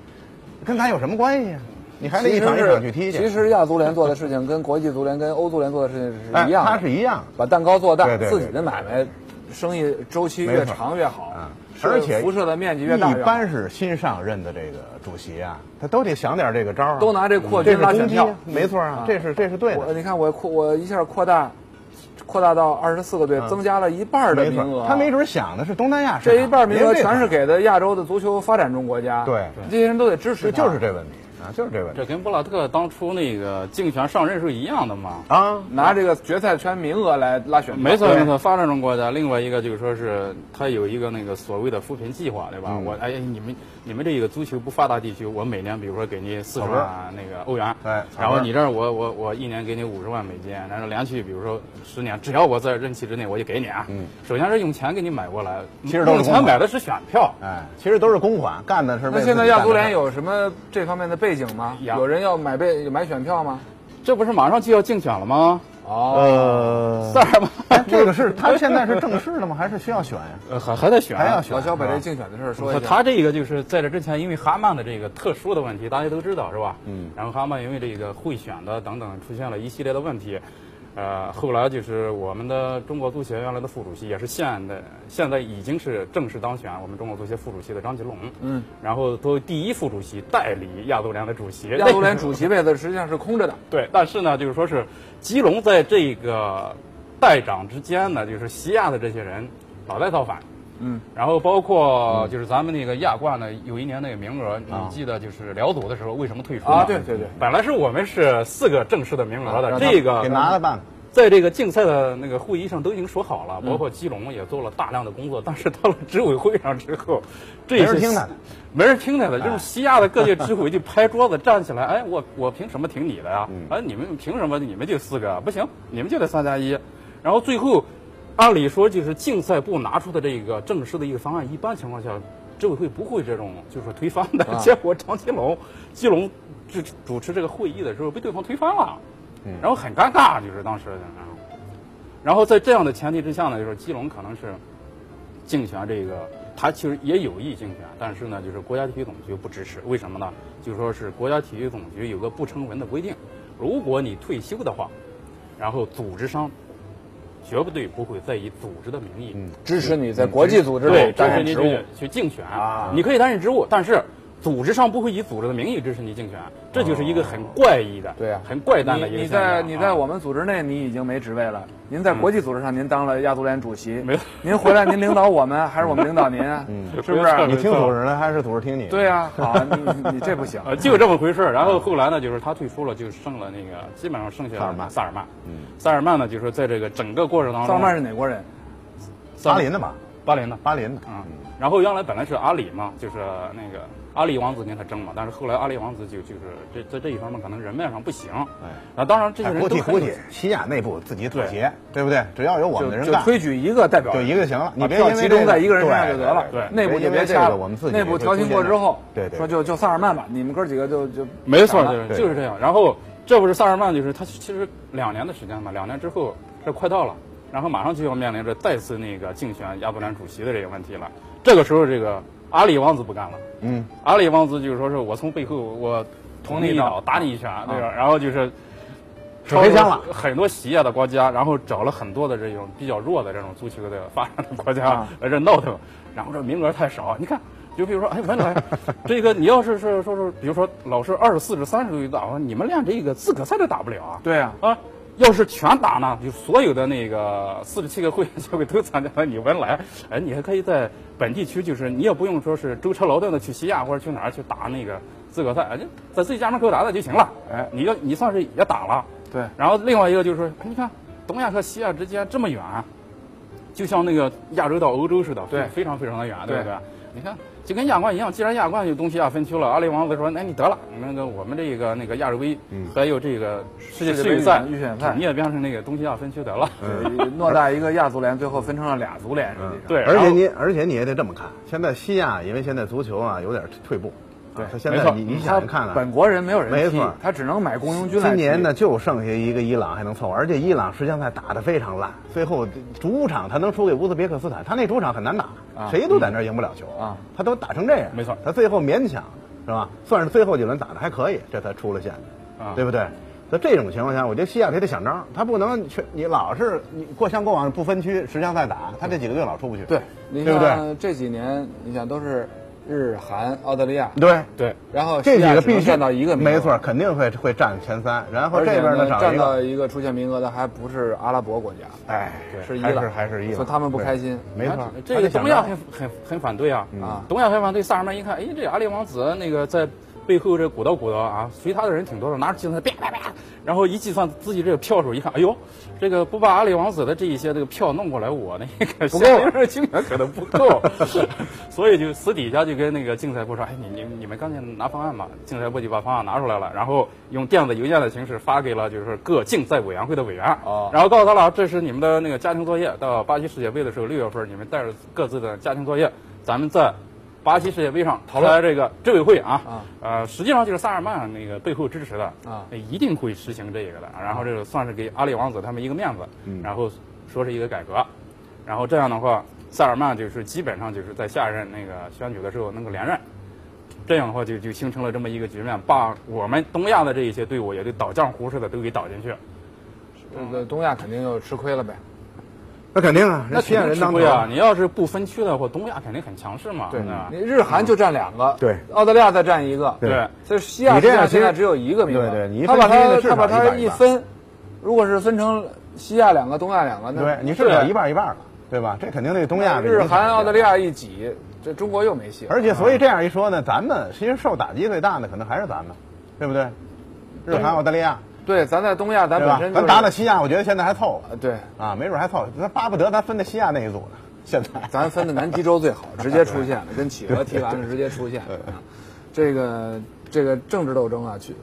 [SPEAKER 2] 跟咱有什么关系啊？你还得一场一场去踢去。
[SPEAKER 1] 其实亚足联做的事情跟国际足联、跟欧足联做的事情
[SPEAKER 2] 哎
[SPEAKER 1] 是一样的，
[SPEAKER 2] 它是一样的
[SPEAKER 1] 把蛋糕做大，
[SPEAKER 2] 对对对
[SPEAKER 1] 自己的买卖生意周期越
[SPEAKER 2] 没错
[SPEAKER 1] 长越好，
[SPEAKER 2] 啊
[SPEAKER 1] 是
[SPEAKER 2] 而且
[SPEAKER 1] 辐射的面积越大
[SPEAKER 2] 一
[SPEAKER 1] 越好。
[SPEAKER 2] 般是新上任的这个主席啊，他都得想点这个招儿啊、
[SPEAKER 1] 都拿这扩军
[SPEAKER 2] 这是
[SPEAKER 1] 拉
[SPEAKER 2] 攻
[SPEAKER 1] 选
[SPEAKER 2] 击
[SPEAKER 1] 票
[SPEAKER 2] 啊没错啊
[SPEAKER 1] 啊，
[SPEAKER 2] 这是这是对
[SPEAKER 1] 我
[SPEAKER 2] 的。
[SPEAKER 1] 你看我扩我一下扩大，扩大到二十四个队，增加了一半的
[SPEAKER 2] 嗯没
[SPEAKER 1] 名
[SPEAKER 2] 错
[SPEAKER 1] 额，，啊
[SPEAKER 2] 他没准想的是东南亚市场，
[SPEAKER 1] 这一半名额
[SPEAKER 2] 人家
[SPEAKER 1] 全是给的亚洲的足球发展中国家，
[SPEAKER 2] 对
[SPEAKER 1] 这些人都得支持
[SPEAKER 2] 这
[SPEAKER 1] 他，
[SPEAKER 2] 就是这问题啊，就是这问题
[SPEAKER 3] 这跟布拉特当初那个竞选上任是一样的嘛？
[SPEAKER 2] 啊。
[SPEAKER 1] 拿这个决赛圈名额来拉选票
[SPEAKER 3] 没错
[SPEAKER 2] 对
[SPEAKER 3] 没错，发展中国家，另外一个就是说是它有一个那个所谓的扶贫计划，对
[SPEAKER 2] 嗯
[SPEAKER 3] 吧？我哎，你们你们这个足球不发达地区，我每年比如说给你四十万那个欧元，
[SPEAKER 2] 哎草根
[SPEAKER 3] 然后你这儿我我我一年给你五十万美金，然后连续比如说十年，只要我在任期之内我就给你啊。嗯，首先是用钱给你买过来，
[SPEAKER 2] 其实都是
[SPEAKER 3] 用钱买的是选票。
[SPEAKER 2] 哎，其实都是公款，干的是为
[SPEAKER 1] 那
[SPEAKER 2] 自己
[SPEAKER 1] 现在
[SPEAKER 2] 干的
[SPEAKER 1] 亚足联
[SPEAKER 2] 事儿
[SPEAKER 1] 有什么这方面的背景吗？
[SPEAKER 3] 呀
[SPEAKER 1] 有人要买背买选票吗？
[SPEAKER 2] 嗯
[SPEAKER 3] 这不是马上就要竞选了吗？
[SPEAKER 1] 哦，
[SPEAKER 4] 呃
[SPEAKER 3] 塞，尔
[SPEAKER 2] 啊哎
[SPEAKER 3] 吧，
[SPEAKER 2] 这个是他现在是正式的吗？还是需要选呀？
[SPEAKER 3] 呃还还在选，
[SPEAKER 2] 还要选
[SPEAKER 1] 老肖把
[SPEAKER 2] 是吧
[SPEAKER 1] 这竞选的事儿说一
[SPEAKER 3] 他
[SPEAKER 1] 下。
[SPEAKER 3] 他这个就是在这之前，因为哈曼的这个特殊的问题，大家都知道是吧？
[SPEAKER 4] 嗯。
[SPEAKER 3] 然后哈曼因为这个贿选的等等，出现了一系列的问题。呃，后来就是我们的中国足协原来的副主席，也是现的，现在已经是正式当选我们中国足协副主席的张吉龙。
[SPEAKER 1] 嗯，
[SPEAKER 3] 然后作为第一副主席代理亚足联的主席，
[SPEAKER 1] 亚足联主席位子实际上是空着的。
[SPEAKER 3] 对，但是呢，就是说是基隆在这个代长之间呢，就是西亚的这些人老在造反，
[SPEAKER 1] 嗯，
[SPEAKER 3] 然后包括就是咱们那个亚冠呢，有一年那个名额，你记得就是辽足的时候为什么退出吗
[SPEAKER 1] 啊对对对
[SPEAKER 3] 本来是我们是四个正式的名
[SPEAKER 1] 啊
[SPEAKER 3] 额的，
[SPEAKER 2] 让他
[SPEAKER 3] 这个
[SPEAKER 2] 给拿了半个。
[SPEAKER 3] 在这个竞赛的那个会议上都已经说好
[SPEAKER 2] 嗯
[SPEAKER 3] 了，包括基隆也做了大量的工作，但 是到了执委会上之后，这
[SPEAKER 2] 没人
[SPEAKER 3] 些
[SPEAKER 2] 听他的，哎
[SPEAKER 3] 没人听他的，就是西亚的各界执委就拍桌子站起来， 哎，我我凭什么听你的呀、
[SPEAKER 2] 嗯
[SPEAKER 3] 哎，你们凭什么？你们就四个，不行，你们就得三加一。然后最后，按理说就是竞赛部拿出的这个正式的一个方案，一般情况下执委会不会这种就是推翻的。
[SPEAKER 2] 啊
[SPEAKER 3] 结果张金龙，基隆主主持这个会议的时候被对方推翻了。然后很尴尬，就是当时的啊。然后在这样的前提之下呢，就是基隆可能是竞选这个，他其实也有意竞选，但是呢，就是国家体育总局不支持，为什么呢？就说是国家体育总局有个不成文的规定，如果你退休的话，然后组织商绝对不会再以组织的名义
[SPEAKER 1] 支持你在国际组织
[SPEAKER 3] 对
[SPEAKER 1] 里
[SPEAKER 3] 支
[SPEAKER 1] 担
[SPEAKER 3] 持
[SPEAKER 1] 任
[SPEAKER 3] 你
[SPEAKER 1] 职
[SPEAKER 3] 去
[SPEAKER 1] 务。
[SPEAKER 3] 去竞选
[SPEAKER 2] 啊
[SPEAKER 3] 你可以担任职务，但是组织上不会以组织的名义支持你竞选，这就是一个很怪异的，
[SPEAKER 1] 对啊
[SPEAKER 3] 很怪诞的一
[SPEAKER 1] 你
[SPEAKER 3] 个
[SPEAKER 1] 你
[SPEAKER 3] 现象啊。
[SPEAKER 1] 在
[SPEAKER 3] 嗯
[SPEAKER 1] 你在我们组织内你已经没职位了，您在国际组织上您当了亚足联主席，
[SPEAKER 3] 没有
[SPEAKER 1] 您回来您领导我们还是我们领导 您啊？
[SPEAKER 2] 嗯
[SPEAKER 1] 是不
[SPEAKER 3] 没错
[SPEAKER 1] 是？
[SPEAKER 2] 你听组织呢，还是组织听你？
[SPEAKER 1] 对啊，好，你你这不行。
[SPEAKER 3] 呃，就这么回事儿。然后后来呢，就是他退出了，就剩了那个，基本上剩下
[SPEAKER 2] 萨尔曼
[SPEAKER 3] 萨尔曼，嗯，萨尔曼呢，就是说在这个整个过程当中，
[SPEAKER 1] 萨尔曼是哪国人？
[SPEAKER 3] 萨尔
[SPEAKER 2] 巴林的吧？
[SPEAKER 3] 巴林的，
[SPEAKER 2] 巴林的。
[SPEAKER 3] 嗯，然后原来本来是阿里嘛，就是那个阿里王子跟他争嘛，但是后来阿里王子就就是这在这一方面可能人脉上不行，
[SPEAKER 2] 哎
[SPEAKER 3] 啊，当然这些
[SPEAKER 2] 哎
[SPEAKER 3] 人
[SPEAKER 2] 估
[SPEAKER 3] 都
[SPEAKER 2] 计
[SPEAKER 3] 很
[SPEAKER 2] 估
[SPEAKER 3] 有
[SPEAKER 2] 计西亚内部自己妥协，对不对？只要有我们
[SPEAKER 1] 就
[SPEAKER 2] 的人
[SPEAKER 1] 就
[SPEAKER 2] 干，
[SPEAKER 1] 推举一个代表
[SPEAKER 2] 就
[SPEAKER 1] 人，
[SPEAKER 2] 一个就行了。你别
[SPEAKER 1] 票
[SPEAKER 2] 因为
[SPEAKER 1] 集中
[SPEAKER 2] 这个
[SPEAKER 1] 在一个人身上
[SPEAKER 2] 对
[SPEAKER 1] 就得了。
[SPEAKER 3] 对
[SPEAKER 1] 内部
[SPEAKER 2] 别
[SPEAKER 1] 就
[SPEAKER 2] 因为
[SPEAKER 1] 别
[SPEAKER 2] 这
[SPEAKER 1] 掐
[SPEAKER 2] 个我们自己
[SPEAKER 1] 内部调停过之后，
[SPEAKER 2] 对对
[SPEAKER 1] 说就就萨尔曼吧，你们哥几个就就
[SPEAKER 3] 没错，
[SPEAKER 1] 散
[SPEAKER 3] 就
[SPEAKER 1] 了
[SPEAKER 3] 是就是这样。然后这不是萨尔曼，就是他其实两年的时间嘛，两年之后这快到了，然后马上就要面临着再次那个竞选亚足联主席的这个问题了。这个时候，这个阿里王子不干了，
[SPEAKER 2] 嗯，
[SPEAKER 3] 阿里王子就是说是我从背后我捅你一刀，打你一拳，对吧？然后就是。
[SPEAKER 2] 指挥枪了
[SPEAKER 3] 很多西亚的国家，然后找了很多的这种比较弱的这种足球的发展的国家
[SPEAKER 1] 啊
[SPEAKER 3] 来这闹腾，然后这名额太少，你看。就比如说，哎，文来，这个你要是是说是，比如说老是二十四至三十队打，我说你们连这个资格赛都打不了啊！
[SPEAKER 1] 对啊，
[SPEAKER 3] 啊，要是全打呢，就所有的那个四十七个会 员协会都参加了，你文莱，哎，你还可以在本地区，就是你也不用说是舟车劳顿的去西亚或者去哪儿去打那个资格赛，哎，就在自己家门口打打就行了。
[SPEAKER 1] 哎
[SPEAKER 3] 你要你算是也打了。
[SPEAKER 1] 对，
[SPEAKER 3] 然后另外一个就是，哎你看东亚和西亚之间这么远，就像那个亚洲到欧洲似的，
[SPEAKER 1] 对
[SPEAKER 3] 非常非常的远，
[SPEAKER 1] 对
[SPEAKER 3] 不对？你看，就跟亚冠一样，既然亚冠有东西亚分区了，阿里王子说：“那你得了，那个我们这个那个亚洲杯，还有这个世界
[SPEAKER 1] 嗯世界杯
[SPEAKER 3] 杯预赛
[SPEAKER 1] 预选赛
[SPEAKER 3] 你也变成那个东西亚分区得了。
[SPEAKER 2] 嗯
[SPEAKER 1] 偌大一个亚足联，最后分成了俩足联，实际上。
[SPEAKER 3] 对，
[SPEAKER 2] 而
[SPEAKER 3] 然
[SPEAKER 2] 且
[SPEAKER 3] 后
[SPEAKER 2] 你，而且你也得这么看。现在西亚，因为现在足球啊有点退步，对，他现
[SPEAKER 3] 没
[SPEAKER 2] 在
[SPEAKER 3] 错嗯
[SPEAKER 2] 你你
[SPEAKER 1] 他
[SPEAKER 2] 想看啊，
[SPEAKER 1] 嗯本国人没有人踢，
[SPEAKER 2] 没错
[SPEAKER 1] 他只能买雇佣军来踢。
[SPEAKER 2] 今年呢，就剩下一个伊朗还能凑合，而且伊朗十强赛打得非常烂，最后主场他能输给乌兹别克斯坦，他那主场很难打，谁都在那儿赢不了球
[SPEAKER 1] 啊，
[SPEAKER 2] 他都打成这样，
[SPEAKER 3] 嗯没错
[SPEAKER 2] 他最后勉强是吧，算是最后几轮打得还可以，这才出了线，
[SPEAKER 3] 啊
[SPEAKER 2] 对不对？在这种情况下，我觉得西亚他得想招，他不能全你老是你过像过往不分区十强赛打，他这几个队老出不去，
[SPEAKER 1] 对，你
[SPEAKER 2] 对不对？
[SPEAKER 1] 像这几年，你想都是日韩、澳大利亚，
[SPEAKER 2] 对。
[SPEAKER 3] 对，
[SPEAKER 1] 然后
[SPEAKER 2] 这
[SPEAKER 1] 西
[SPEAKER 2] 几
[SPEAKER 1] 呃亚
[SPEAKER 2] 个
[SPEAKER 1] 只
[SPEAKER 2] 必
[SPEAKER 1] 能
[SPEAKER 2] 须
[SPEAKER 1] 占到一个名额
[SPEAKER 2] 没错，，肯定会会占前三。然后
[SPEAKER 1] 而
[SPEAKER 2] 这
[SPEAKER 1] 且
[SPEAKER 2] 边呢
[SPEAKER 1] 呢，
[SPEAKER 2] 找
[SPEAKER 1] 占
[SPEAKER 2] 一
[SPEAKER 1] 到
[SPEAKER 2] 个，
[SPEAKER 1] 一个出现名额的还不是阿拉伯国家，
[SPEAKER 2] 哎，
[SPEAKER 1] 是伊
[SPEAKER 2] 还
[SPEAKER 1] 朗，
[SPEAKER 2] 还是伊朗，
[SPEAKER 1] 所以他们不
[SPEAKER 2] 对
[SPEAKER 1] 开心。
[SPEAKER 2] 没错，
[SPEAKER 3] 这
[SPEAKER 2] 他
[SPEAKER 3] 个
[SPEAKER 2] 得
[SPEAKER 3] 东
[SPEAKER 2] 想
[SPEAKER 3] 亚
[SPEAKER 2] 招
[SPEAKER 3] 很很很反对啊！
[SPEAKER 1] 啊
[SPEAKER 3] 东亚很反对。萨尔曼一看，哎，这阿里王子那个在背后这鼓捣鼓捣啊，随他的人挺多的，拿着计算机啪啪啪，然后一计算自己这个票数，一看，哎呦，这个不把阿里王子的这一些这个票弄过来，我那个
[SPEAKER 1] 不够
[SPEAKER 3] 夏令时竞选可能不够， 所以就私底下就跟那个竞赛部说，哎，你你你们赶紧拿方案吧。竞赛部就把方案拿出来了，然后用电子邮件的形式发给了就是各竞赛委员会的委员，
[SPEAKER 1] 哦
[SPEAKER 3] 然后告诉他了，这是你们的那个家庭作业，到巴西世界杯的时候六月份，你们带着各自的家庭作业，咱们在巴西世界杯上淘汰这个执委会啊
[SPEAKER 1] 啊，
[SPEAKER 3] 呃，实际上就是萨尔曼那个背后支持的
[SPEAKER 1] 啊
[SPEAKER 3] 一定会实行这个的。然后这个算是给阿里王子他们一个面子，
[SPEAKER 1] 嗯
[SPEAKER 3] 然后说是一个改革，然后这样的话，萨尔曼就是基本上就是在下一任那个选举的时候能够连任。这样的话就就形成了这么一个局面，把我们东亚的这一些队伍也就倒浆糊似的都给倒进去。
[SPEAKER 1] 这个东亚肯定就吃亏了呗。
[SPEAKER 2] 那肯定啊，
[SPEAKER 3] 那
[SPEAKER 2] 人西亚人当头
[SPEAKER 3] 亏啊！你要是不分区的话，东亚肯定很强势嘛。
[SPEAKER 1] 对
[SPEAKER 3] 吧，
[SPEAKER 1] 你？日韩就占两个，
[SPEAKER 2] 啊对，
[SPEAKER 1] 澳大利亚再占一个，
[SPEAKER 2] 对
[SPEAKER 3] 对，
[SPEAKER 1] 所以西亚
[SPEAKER 2] 你这样
[SPEAKER 1] 实际上
[SPEAKER 2] 其实
[SPEAKER 1] 现在只有一个名额，
[SPEAKER 2] 对对你一
[SPEAKER 1] 他
[SPEAKER 2] 分
[SPEAKER 1] 把
[SPEAKER 2] 区
[SPEAKER 1] 它
[SPEAKER 2] 的至
[SPEAKER 1] 他
[SPEAKER 2] 少
[SPEAKER 1] 把它
[SPEAKER 2] 100
[SPEAKER 1] 一分，如果是分成西亚两个、东亚两个，那啊
[SPEAKER 2] 对，你至少一半儿一半儿了，对吧？这肯定对东亚这
[SPEAKER 1] 日
[SPEAKER 2] 影响
[SPEAKER 1] 韩、
[SPEAKER 2] 是
[SPEAKER 1] 澳大利亚嗯一挤，这中国又没戏了。
[SPEAKER 2] 而且，所以这样一说呢，咱们其实受打击最大的可能还是咱们，对不对？日韩、澳大利亚，
[SPEAKER 1] 对，咱在东亚，咱
[SPEAKER 2] 对
[SPEAKER 1] 本
[SPEAKER 2] 吧
[SPEAKER 1] 身？就
[SPEAKER 2] 咱
[SPEAKER 1] 是
[SPEAKER 2] 打打西亚，我觉得现在还凑合
[SPEAKER 1] 呃对，
[SPEAKER 2] 啊，没准还凑合。咱巴不得咱分在西亚那一组呢，现在。
[SPEAKER 1] 咱分的南极洲最好，直接出现了，跟企鹅踢完了直接出现了。啊这个这个政治斗争啊，去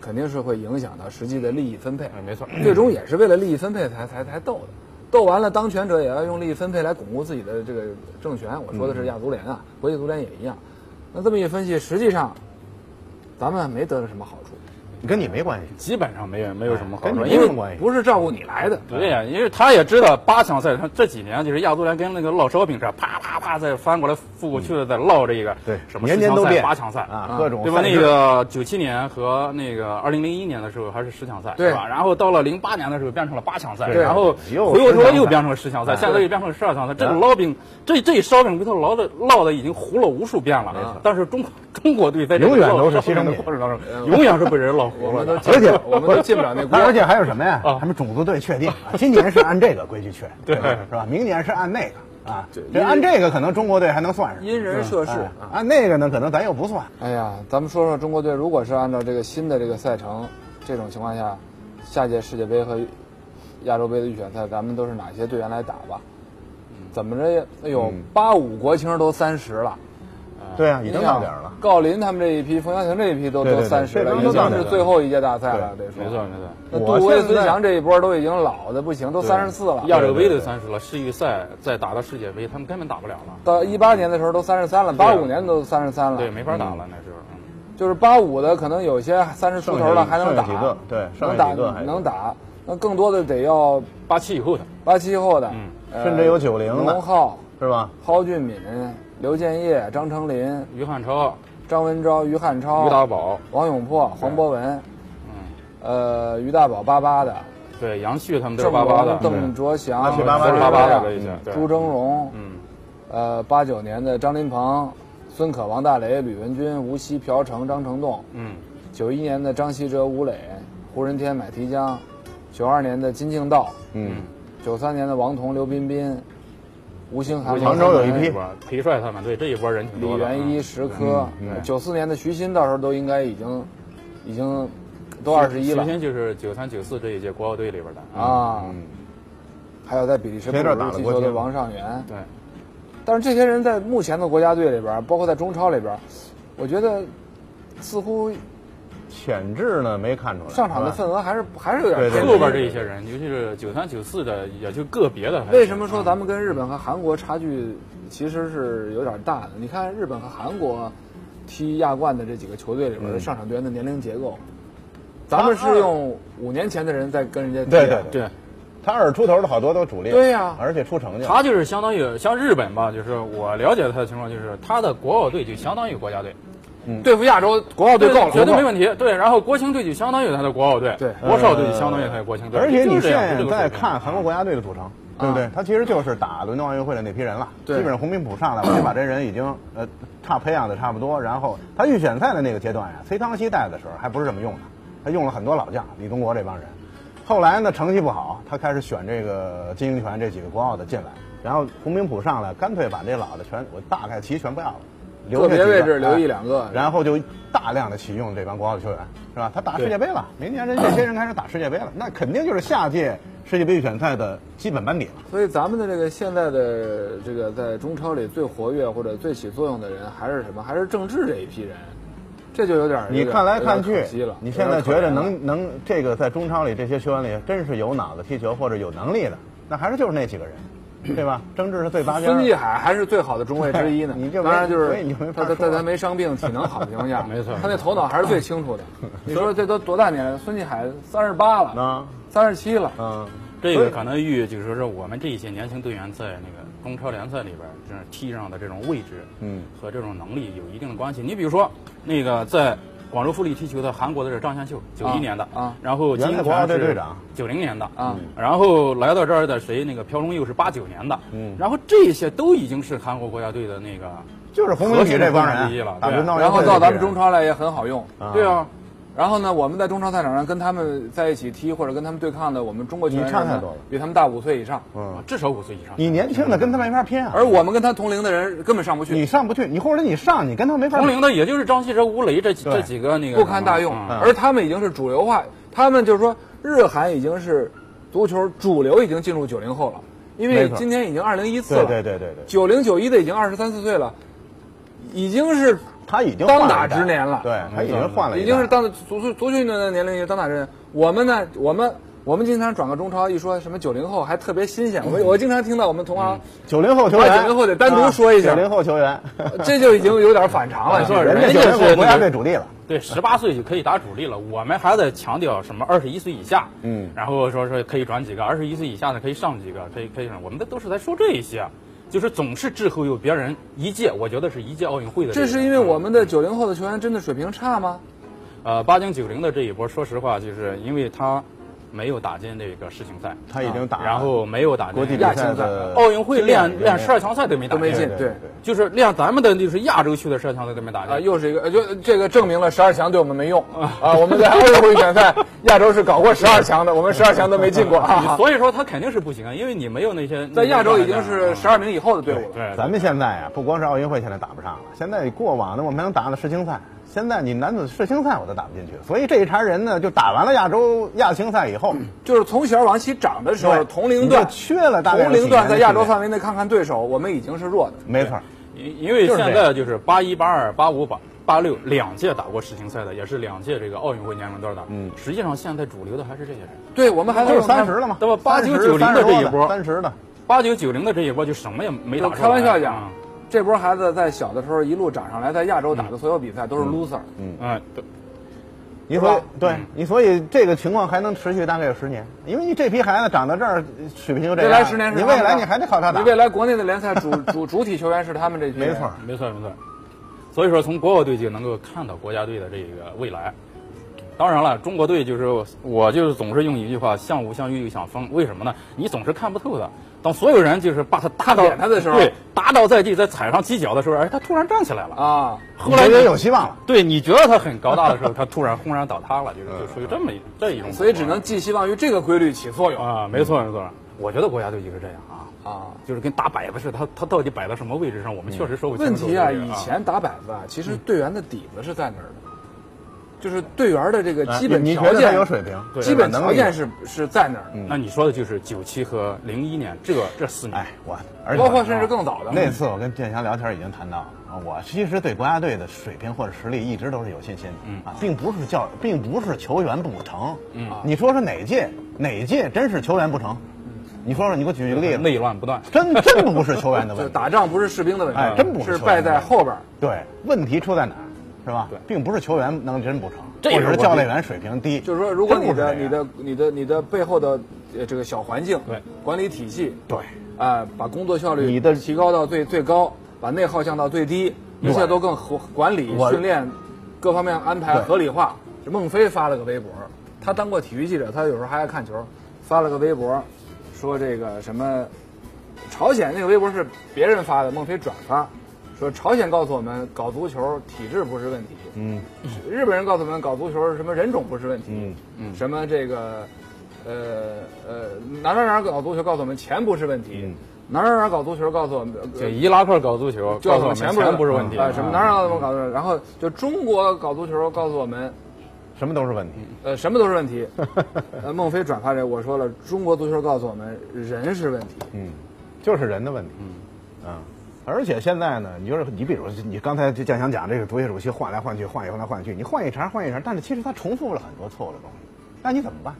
[SPEAKER 1] 肯定是会影响到实际的利益分配。
[SPEAKER 3] 嗯没错。
[SPEAKER 1] 最终也是为了利益分配才才才斗的，斗完了，当权者也要用利益分配来巩固自己的这个政权。我说的
[SPEAKER 2] 嗯
[SPEAKER 1] 是亚足联啊，国际足联也一样。那这么一分析，实际上咱们没得到什么好处，
[SPEAKER 2] 跟你没关系，
[SPEAKER 3] 基本上没有没有什么好
[SPEAKER 2] 哎
[SPEAKER 3] 说，
[SPEAKER 2] 跟你
[SPEAKER 3] 因为
[SPEAKER 2] 没关系
[SPEAKER 1] 不是照顾你来的。
[SPEAKER 3] 对呀、因为他也知道八强赛，他这几年就是亚足联跟那个烙烧饼似的，啪啪啪在翻过来覆过去的在烙这个
[SPEAKER 2] 嗯对，
[SPEAKER 3] 什么
[SPEAKER 2] 年
[SPEAKER 3] 十
[SPEAKER 2] 年
[SPEAKER 3] 强
[SPEAKER 2] 都
[SPEAKER 3] 赛、
[SPEAKER 2] 变
[SPEAKER 3] 八强赛
[SPEAKER 1] 嗯
[SPEAKER 2] 啊，各种
[SPEAKER 3] 对吧？
[SPEAKER 2] 赛
[SPEAKER 3] 那
[SPEAKER 2] 制
[SPEAKER 3] 个九七年和那个二零零一年的时候还是十强赛，
[SPEAKER 1] 对
[SPEAKER 3] 是吧？然后到了零八年的时候变成了八强赛，
[SPEAKER 2] 对
[SPEAKER 3] 然后
[SPEAKER 2] 又
[SPEAKER 3] 回过头
[SPEAKER 2] 十
[SPEAKER 3] 来
[SPEAKER 2] 强
[SPEAKER 3] 又
[SPEAKER 2] 赛
[SPEAKER 3] 变成了十强赛，
[SPEAKER 2] 哎
[SPEAKER 3] 下个月变成了十二强赛。这个
[SPEAKER 2] 哎
[SPEAKER 3] 烙饼，这这烧饼被他烙的烙的已经糊了无数遍了。但是中国中国队在这个
[SPEAKER 2] 永远
[SPEAKER 3] 烙
[SPEAKER 2] 都
[SPEAKER 3] 烧
[SPEAKER 2] 是
[SPEAKER 3] 饼
[SPEAKER 2] 牺牲
[SPEAKER 3] 的
[SPEAKER 2] 品
[SPEAKER 3] 过程当中，永远是被人烙
[SPEAKER 1] 我
[SPEAKER 3] 糊了
[SPEAKER 1] 们都
[SPEAKER 3] 的。
[SPEAKER 1] 进不了，我们都进不了那锅。
[SPEAKER 2] 而且还有什么呀？
[SPEAKER 3] 啊
[SPEAKER 2] 他们种族队确定，啊今年是按这个规矩确，
[SPEAKER 3] 对
[SPEAKER 2] 吧是吧？明年是按那个啊
[SPEAKER 1] 对，
[SPEAKER 2] 这按这个可能中国队还能算上，
[SPEAKER 1] 因人设事
[SPEAKER 2] 哎
[SPEAKER 1] 啊。
[SPEAKER 2] 按那个呢，可能咱又不算。
[SPEAKER 1] 哎呀，咱们说说中国队，如果是按照这个新的这个赛程，这种情况下，下届世界杯和亚洲杯的预选赛，咱们都是哪些队员来打吧？
[SPEAKER 2] 嗯
[SPEAKER 1] 怎么着也，哎呦，八五国青都三十了，
[SPEAKER 2] 对嗯啊，已
[SPEAKER 1] 你
[SPEAKER 2] 经
[SPEAKER 1] 想
[SPEAKER 2] 到点儿了。
[SPEAKER 1] 郜林他们这一批，冯潇霆这一批都
[SPEAKER 2] 对
[SPEAKER 1] 都
[SPEAKER 2] 对对
[SPEAKER 1] 三十
[SPEAKER 2] 这
[SPEAKER 1] 了，
[SPEAKER 2] 帮
[SPEAKER 1] 已
[SPEAKER 2] 都
[SPEAKER 1] 经
[SPEAKER 2] 到点
[SPEAKER 1] 是
[SPEAKER 2] 了
[SPEAKER 1] 最后一届大赛了。得
[SPEAKER 3] 没
[SPEAKER 1] 说，
[SPEAKER 3] 错没错。
[SPEAKER 1] 那
[SPEAKER 2] 我
[SPEAKER 1] 杜威、
[SPEAKER 2] 现在
[SPEAKER 1] 孙翔这一波都已经老的不行，都三十四了。
[SPEAKER 3] 亚洲杯都三十了，世预赛再打到世界杯，他们根本打不了了，
[SPEAKER 1] 到一八年的时候都三十三了，
[SPEAKER 3] 对啊
[SPEAKER 1] 八五年都三十三了。
[SPEAKER 3] 对，没法打了那时候。嗯
[SPEAKER 1] 就是八五的，可能有些三十出头的还能打，
[SPEAKER 2] 剩下几个对
[SPEAKER 1] 能
[SPEAKER 2] 剩下
[SPEAKER 1] 打
[SPEAKER 2] 几个还是
[SPEAKER 1] 能打。那更多的得要
[SPEAKER 3] 八七以后的，
[SPEAKER 1] 八七后的，
[SPEAKER 3] 嗯
[SPEAKER 1] 呃
[SPEAKER 2] 甚至有90的
[SPEAKER 1] 龙浩、
[SPEAKER 2] 是吧？
[SPEAKER 1] 蒿俊闵、刘建业、张成林、
[SPEAKER 3] 于汉超、
[SPEAKER 1] 张文钊、于汉超、
[SPEAKER 3] 于大宝，
[SPEAKER 1] 王永珀、黄博文，
[SPEAKER 2] 嗯
[SPEAKER 1] 呃，于大宝巴巴的，
[SPEAKER 3] 对杨旭他们都是
[SPEAKER 1] 郑
[SPEAKER 3] 八八的，嗯
[SPEAKER 1] 龙邓卓祥、
[SPEAKER 2] 阿
[SPEAKER 1] 都
[SPEAKER 2] 奇
[SPEAKER 1] 是
[SPEAKER 2] 巴
[SPEAKER 3] 巴
[SPEAKER 2] 巴
[SPEAKER 3] 八
[SPEAKER 2] 八
[SPEAKER 3] 八
[SPEAKER 2] 的
[SPEAKER 3] 的这一些，对
[SPEAKER 1] 朱峥嵘，
[SPEAKER 3] 嗯，
[SPEAKER 1] 呃，八九年的张琳芃、孙可、王大雷、吕文君、吴曦、朴成、张成栋，
[SPEAKER 3] 嗯，
[SPEAKER 1] 九一年的张稀哲、吴磊、胡人天、买提江，九二年的金敬道，
[SPEAKER 2] 嗯，
[SPEAKER 1] 九三年的王彤、刘彬彬，吴兴涵、
[SPEAKER 2] 杭州有一
[SPEAKER 1] 王
[SPEAKER 2] 批
[SPEAKER 1] 涵
[SPEAKER 3] 这波裴帅他们，对这一波人挺
[SPEAKER 1] 李
[SPEAKER 3] 多的。
[SPEAKER 1] 元一、
[SPEAKER 3] 嗯
[SPEAKER 1] 石科
[SPEAKER 2] 嗯
[SPEAKER 3] 对，
[SPEAKER 1] 九四年的徐新，到时候都应该已经，已经都二十一了
[SPEAKER 3] 徐新就是九三九四这一届国奥队里边的，
[SPEAKER 1] 啊。
[SPEAKER 2] 嗯
[SPEAKER 1] 还有在比利时布
[SPEAKER 2] 谁这
[SPEAKER 1] 鲁
[SPEAKER 2] 儿打
[SPEAKER 1] 日
[SPEAKER 2] 了
[SPEAKER 1] 踢
[SPEAKER 2] 国
[SPEAKER 1] 球的
[SPEAKER 2] 青
[SPEAKER 1] 王上源，
[SPEAKER 3] 对，
[SPEAKER 1] 但是这些人在目前的国家队里边，包括在中超里边，我觉得似乎
[SPEAKER 2] 潜质呢没看出来。
[SPEAKER 1] 上场的份
[SPEAKER 2] 是吧
[SPEAKER 1] 额还是还是有点
[SPEAKER 2] 对
[SPEAKER 1] 偏
[SPEAKER 3] 后
[SPEAKER 1] 低
[SPEAKER 3] 边这一些人，尤其是九三九四的，也就个别的。啊
[SPEAKER 1] 为什么说咱们跟日本和韩国差距其实是有点大的？你看日本和韩国踢亚冠的这几个球队里
[SPEAKER 2] 嗯
[SPEAKER 1] 边的上场队员的年龄结构，咱们是
[SPEAKER 3] 啊
[SPEAKER 1] 用五年前的人在跟人家踢
[SPEAKER 2] 对
[SPEAKER 1] 啊
[SPEAKER 2] 对
[SPEAKER 3] 对？
[SPEAKER 2] 他二十出头的好多都主力。
[SPEAKER 1] 对呀
[SPEAKER 2] 而且出成绩。
[SPEAKER 3] 他就是相当于像日本吧，就是我了解他的情况，就是他的国奥队就相当于国家队，
[SPEAKER 1] 哦对付亚洲国奥队够了，
[SPEAKER 3] 绝对没
[SPEAKER 1] 题。
[SPEAKER 3] 问题。对，然后国青队就相当于他的国奥队，
[SPEAKER 1] 对
[SPEAKER 3] 国少队就相当于他的国青队。
[SPEAKER 2] 而且
[SPEAKER 3] 就
[SPEAKER 2] 你
[SPEAKER 3] 是这样
[SPEAKER 2] 现在看，
[SPEAKER 3] 就这
[SPEAKER 2] 韩
[SPEAKER 3] 个水平啊
[SPEAKER 2] 国国家队的组成，对不对？他其实就是打伦敦奥运会的那批人了，基
[SPEAKER 1] 对
[SPEAKER 2] 本上红平普上来，我就把这人已经呃差培养的差不多。然后他预选赛的那个阶段呀，崔康熙带的时候还不是这么用的，他用了很多老将，李东国这帮人。后来呢，成绩不好，他开始选这个金英权这几个国奥的进来，然后洪明普上来，干脆把这老的全我大概齐全不要了，留
[SPEAKER 1] 个
[SPEAKER 2] 下
[SPEAKER 1] 别
[SPEAKER 2] 几个
[SPEAKER 1] 位置留一
[SPEAKER 2] 哎
[SPEAKER 1] 两个
[SPEAKER 2] 然后就大量的启用这帮国奥的球员，是吧？他打世界杯了，明年人这些人开始打世界杯了，那肯定就是下届世界杯预选赛的基本班底了。
[SPEAKER 1] 所以咱们的这个现在的这个在中超里最活跃或者最起作用的人还是什么？还是郑智这一批人，这就有点
[SPEAKER 2] 你看来看
[SPEAKER 1] 有点
[SPEAKER 2] 去
[SPEAKER 1] 可惜了，
[SPEAKER 2] 你现在觉得
[SPEAKER 1] 有点
[SPEAKER 2] 能能这个在中超里这些球员里，真是有脑子踢球或者有能力的，那还是就是那几个人，对吧？争执是最拔尖儿
[SPEAKER 1] 孙
[SPEAKER 2] 的。
[SPEAKER 1] 继海还是最好的中卫之一呢。
[SPEAKER 2] 对你就没
[SPEAKER 1] 当然就
[SPEAKER 2] 所以你
[SPEAKER 1] 是
[SPEAKER 2] 就没法
[SPEAKER 1] 他他
[SPEAKER 2] 说
[SPEAKER 1] 他他没伤病，体能好的情况下，
[SPEAKER 3] 没错
[SPEAKER 1] 他那头脑还是最清楚的。你说这都多大年龄？孙继海三十八了，
[SPEAKER 2] 嗯啊
[SPEAKER 1] 三十七了，
[SPEAKER 2] 啊，
[SPEAKER 3] 这个卡南玉就是说是我们这一些年轻队员在那个中超联赛里边儿，就是踢上的这种位置，
[SPEAKER 2] 嗯，
[SPEAKER 3] 和这种能力有一定的关系。你比如说，那个在广州富力踢球的韩国的这张相秀，九一年的
[SPEAKER 1] 啊
[SPEAKER 3] 然后金
[SPEAKER 2] 原来国奥
[SPEAKER 3] 泉
[SPEAKER 2] 队队
[SPEAKER 3] 是
[SPEAKER 2] 长
[SPEAKER 3] 九零年的嗯
[SPEAKER 1] 啊
[SPEAKER 3] 然后来到这儿的谁那个朴龙佑是八九年的，
[SPEAKER 2] 嗯
[SPEAKER 3] 然后这些都已经是韩国国家队的那个，
[SPEAKER 2] 就是红文体这帮
[SPEAKER 3] 核心的第一了
[SPEAKER 2] 人，啊
[SPEAKER 3] 对
[SPEAKER 2] 打不到
[SPEAKER 1] 啊然后到咱们中，超来也很好用。
[SPEAKER 2] 啊
[SPEAKER 3] 对啊，
[SPEAKER 1] 然后呢，我们在中超赛场上跟他们在一起踢，或者跟他们对抗的，我们中国球员
[SPEAKER 2] 你差太
[SPEAKER 1] 呢
[SPEAKER 2] 多了
[SPEAKER 1] 比他们大五岁以上，
[SPEAKER 2] 嗯，
[SPEAKER 3] 至少五岁以上。
[SPEAKER 2] 你年轻的跟他没法拼啊，
[SPEAKER 1] 而我们跟他同龄的人根本上不
[SPEAKER 2] 你
[SPEAKER 1] 去，
[SPEAKER 2] 上不去，你或者你上，你跟他没法
[SPEAKER 3] 同龄的也就是张稀哲、吴磊这几
[SPEAKER 2] 对
[SPEAKER 3] 这几个那个
[SPEAKER 1] 不堪大用。
[SPEAKER 3] 嗯
[SPEAKER 1] 而他们已经是主流化，他们就是说，日韩已经是足球主流，已经进入九零后了，因
[SPEAKER 2] 没
[SPEAKER 1] 为
[SPEAKER 2] 错
[SPEAKER 1] 今年已经二零一四
[SPEAKER 2] 对
[SPEAKER 1] 了，
[SPEAKER 2] 对对对对，
[SPEAKER 1] 九零九一的已经二十三四岁了，已经是
[SPEAKER 2] 他已经
[SPEAKER 1] 当
[SPEAKER 2] 换了
[SPEAKER 1] 打
[SPEAKER 2] 一代
[SPEAKER 1] 之年了嗯
[SPEAKER 2] 对他已经换了一代，
[SPEAKER 1] 已经是当足足足球运动员的年龄，也当打之年。我们呢，我们我们经常转个中超，一说什么九零后还特别新鲜。
[SPEAKER 2] 嗯
[SPEAKER 1] 我我经常听到我们同行，
[SPEAKER 2] 九零后球员，啊
[SPEAKER 1] 90后得啊单独说一下
[SPEAKER 2] 九零后球 员，
[SPEAKER 1] 呃这就已经有点反常 了。
[SPEAKER 3] 没错
[SPEAKER 1] 是不是
[SPEAKER 2] 人
[SPEAKER 3] 人
[SPEAKER 2] 家
[SPEAKER 3] 家
[SPEAKER 2] 九零
[SPEAKER 3] 是
[SPEAKER 2] 后国家队主力了，
[SPEAKER 3] 对，十八岁就可以打主力了。我们还在强调什么二十一岁以下，
[SPEAKER 2] 嗯
[SPEAKER 3] 然后说是可以转几个，二十一岁以下的可以上几个，可以可以上。我们的都是在说这一些，就是总是滞后于别人一届，我觉得是一届奥运会的个。嗯
[SPEAKER 1] 这是因为我们的九零后的球员真的水平差吗？
[SPEAKER 3] 呃八零九零的这一波，说实话，就是因为他没有打进这个世青赛，
[SPEAKER 2] 他已
[SPEAKER 1] 啊
[SPEAKER 2] 经打了
[SPEAKER 3] 然后没有打进
[SPEAKER 2] 国际比
[SPEAKER 1] 亚
[SPEAKER 2] 赛
[SPEAKER 1] 青赛
[SPEAKER 2] 的
[SPEAKER 3] 奥运会练练十二
[SPEAKER 2] 强，
[SPEAKER 3] 强赛都没打
[SPEAKER 1] 都没进对
[SPEAKER 2] 对对对，
[SPEAKER 3] 就是练咱们的就是亚洲区的十二强赛都没打进
[SPEAKER 1] 啊，又是一个，呃就这个证明了十二强对我们没用啊。我们在奥运会预选赛，亚洲是搞过十二强的，我们十二强都没进过啊。
[SPEAKER 3] 所以说他肯定是不行啊，因为你没有那些
[SPEAKER 1] 在亚洲已经是十二名以后的队伍了。
[SPEAKER 3] 对，
[SPEAKER 2] 咱们现在啊，不光是奥运会现在打不上了，现在过往的我们还能打的世青赛，现在你男子世青赛我都打不进去，所以这一茬人呢，就打完了亚洲亚青赛以后，
[SPEAKER 1] 就是从小往起长的时候，
[SPEAKER 2] 对
[SPEAKER 1] 嗯同龄
[SPEAKER 2] 你
[SPEAKER 1] 段
[SPEAKER 2] 就缺了大概有
[SPEAKER 1] 同龄段在亚洲
[SPEAKER 2] 几年的时间
[SPEAKER 1] 范围内看看对手，我们已经是弱的。
[SPEAKER 2] 没错，
[SPEAKER 3] 因因为
[SPEAKER 2] 就是这样
[SPEAKER 3] 现在就是八一、八二、八五、八八六两届打过世青赛的，也是两届这个奥运会年龄段的。
[SPEAKER 2] 嗯
[SPEAKER 3] 实际上现在主流的还是这些人，
[SPEAKER 1] 对，我们还
[SPEAKER 2] 就是三
[SPEAKER 1] 三
[SPEAKER 2] 十
[SPEAKER 1] 十
[SPEAKER 2] 了嘛，
[SPEAKER 3] 那么八九九零
[SPEAKER 2] 30
[SPEAKER 3] 的这一波
[SPEAKER 2] 三十的，
[SPEAKER 3] 八九九零的这一波就什么也没打
[SPEAKER 1] 就
[SPEAKER 3] 出
[SPEAKER 1] 开
[SPEAKER 3] 来。
[SPEAKER 1] 玩笑讲
[SPEAKER 2] 啊
[SPEAKER 3] 嗯，
[SPEAKER 1] 这波孩子在小的时候一路长上来，在亚洲
[SPEAKER 2] 嗯
[SPEAKER 1] 打的所有比赛都是 loser。
[SPEAKER 3] 嗯，对
[SPEAKER 2] 你所
[SPEAKER 1] 是
[SPEAKER 2] 以
[SPEAKER 1] 吧
[SPEAKER 2] 对
[SPEAKER 3] 嗯
[SPEAKER 2] 你所以这个情况还能持续大概有十年，因为你这批孩子长到这儿水平就这
[SPEAKER 1] 未
[SPEAKER 2] 样，
[SPEAKER 1] 来十年是
[SPEAKER 2] 啊你
[SPEAKER 1] 他们
[SPEAKER 2] 未
[SPEAKER 1] 的
[SPEAKER 2] 来你还得靠他打
[SPEAKER 1] 你，未来国内的联赛主 主主体球员是他们这批人，
[SPEAKER 2] 没错儿，
[SPEAKER 3] 没错没错。所以说，从国奥队就能够看到国家队的这个未来。当然了，中国队就是我就是总是用一句话“像无像玉又想风”，为什么呢？你总是看不透他。当所有人就是把他打倒
[SPEAKER 1] 点他的时候
[SPEAKER 3] 对，打倒在地，在踩上犄角的时候，哎，他突然站起来了。
[SPEAKER 1] 啊。
[SPEAKER 3] 后来你
[SPEAKER 2] 你觉得有希望了。
[SPEAKER 3] 对你觉得他很高大的时候，他突然轰然倒塌了，就是就属于这么一这一种情况，
[SPEAKER 1] 所以只能寄希望于这个规律起作用
[SPEAKER 3] 啊，没错没错，我觉得国家队就是这样啊，
[SPEAKER 1] 啊。
[SPEAKER 3] 就是跟打摆子似的，他他到底摆到什么位置上，我们确实说不清
[SPEAKER 1] 问
[SPEAKER 3] 楚。
[SPEAKER 1] 题啊，
[SPEAKER 3] 这个
[SPEAKER 1] 以前打摆子啊，其实队员的底子是在哪儿的？就是队员的这个
[SPEAKER 2] 哎
[SPEAKER 1] 基本
[SPEAKER 2] 你你
[SPEAKER 1] 条
[SPEAKER 2] 觉得
[SPEAKER 1] 件
[SPEAKER 2] 他有水平，
[SPEAKER 1] 基本条件
[SPEAKER 2] 是。
[SPEAKER 1] 是是在哪儿
[SPEAKER 2] 嗯
[SPEAKER 1] 的？
[SPEAKER 3] 那你说的就是九七和零一年这这四年
[SPEAKER 2] 哎，，我而且啊
[SPEAKER 1] 包括甚至更早的嗯
[SPEAKER 2] 那次我跟建强聊天已经谈到了，啊我其实对国家队的水平或者实力一直都是有信心的，
[SPEAKER 3] 嗯
[SPEAKER 2] 啊，并不是教，并不是球员不成，嗯，
[SPEAKER 1] 啊
[SPEAKER 2] 你说说哪届哪届真是球员不成？
[SPEAKER 1] 嗯
[SPEAKER 2] 你说说，你给我举一个例子，
[SPEAKER 3] 内乱不断，
[SPEAKER 2] 真真不是球员的
[SPEAKER 1] 就
[SPEAKER 2] 问题，
[SPEAKER 1] 打仗不是士兵的问题，
[SPEAKER 2] 哎真不
[SPEAKER 1] 是
[SPEAKER 2] 是球员
[SPEAKER 1] 败在后边儿。
[SPEAKER 2] 对，问题出在哪儿，是吧？
[SPEAKER 3] 对
[SPEAKER 2] 并不是球员能真不成，
[SPEAKER 3] 这
[SPEAKER 2] 或
[SPEAKER 3] 个
[SPEAKER 2] 者
[SPEAKER 3] 我
[SPEAKER 2] 是
[SPEAKER 3] 觉
[SPEAKER 2] 教
[SPEAKER 3] 得
[SPEAKER 2] 练员水平低，
[SPEAKER 1] 就是说，如果你
[SPEAKER 2] 真不
[SPEAKER 1] 的
[SPEAKER 2] 是这样
[SPEAKER 1] 你的你的你的背后的呃这个小环境，
[SPEAKER 3] 对
[SPEAKER 1] 管理体系，
[SPEAKER 2] 对
[SPEAKER 1] 啊、把工作效率
[SPEAKER 2] 你的
[SPEAKER 1] 提高到最最高，把内耗降到最低，一切都更合管理
[SPEAKER 2] 我
[SPEAKER 1] 训练各方面安排
[SPEAKER 2] 对
[SPEAKER 1] 合理化。孟非发了个微博，他当过体育记者，他有时候还爱看球，发了个微博，说这个什么朝鲜那个微博是别人发的，孟非转发，说朝鲜告诉我们搞足球体制不是问题，
[SPEAKER 2] 嗯，
[SPEAKER 1] 日本人告诉我们搞足球是什么人种不是问题，
[SPEAKER 2] 嗯
[SPEAKER 1] 嗯，什么这个，呃呃哪儿哪儿哪儿搞足球告诉我们钱不是问题，
[SPEAKER 2] 嗯
[SPEAKER 1] 哪儿哪儿哪儿搞足球告诉我们。
[SPEAKER 3] 就
[SPEAKER 1] 呃
[SPEAKER 3] 伊拉克搞足球，
[SPEAKER 1] 告诉我
[SPEAKER 3] 告诉我
[SPEAKER 1] 们
[SPEAKER 3] 们
[SPEAKER 1] 钱
[SPEAKER 3] 钱不是问题哎
[SPEAKER 1] 啊，什么哪儿哪儿哪儿搞足球，然后就中国搞足球告诉我们，
[SPEAKER 2] 什么都是问题，
[SPEAKER 1] 呃，什么都是问题。呃，孟非转发这，我说了，中国足球告诉我们人是问题，
[SPEAKER 2] 嗯，就是人的问题。嗯，啊，而且现在呢，你就是你，比如你刚才就建强讲这个足协主席换来换去，换来换去，你换一茬换一茬，但是其实他重复了很多错误的东西，那你怎么办？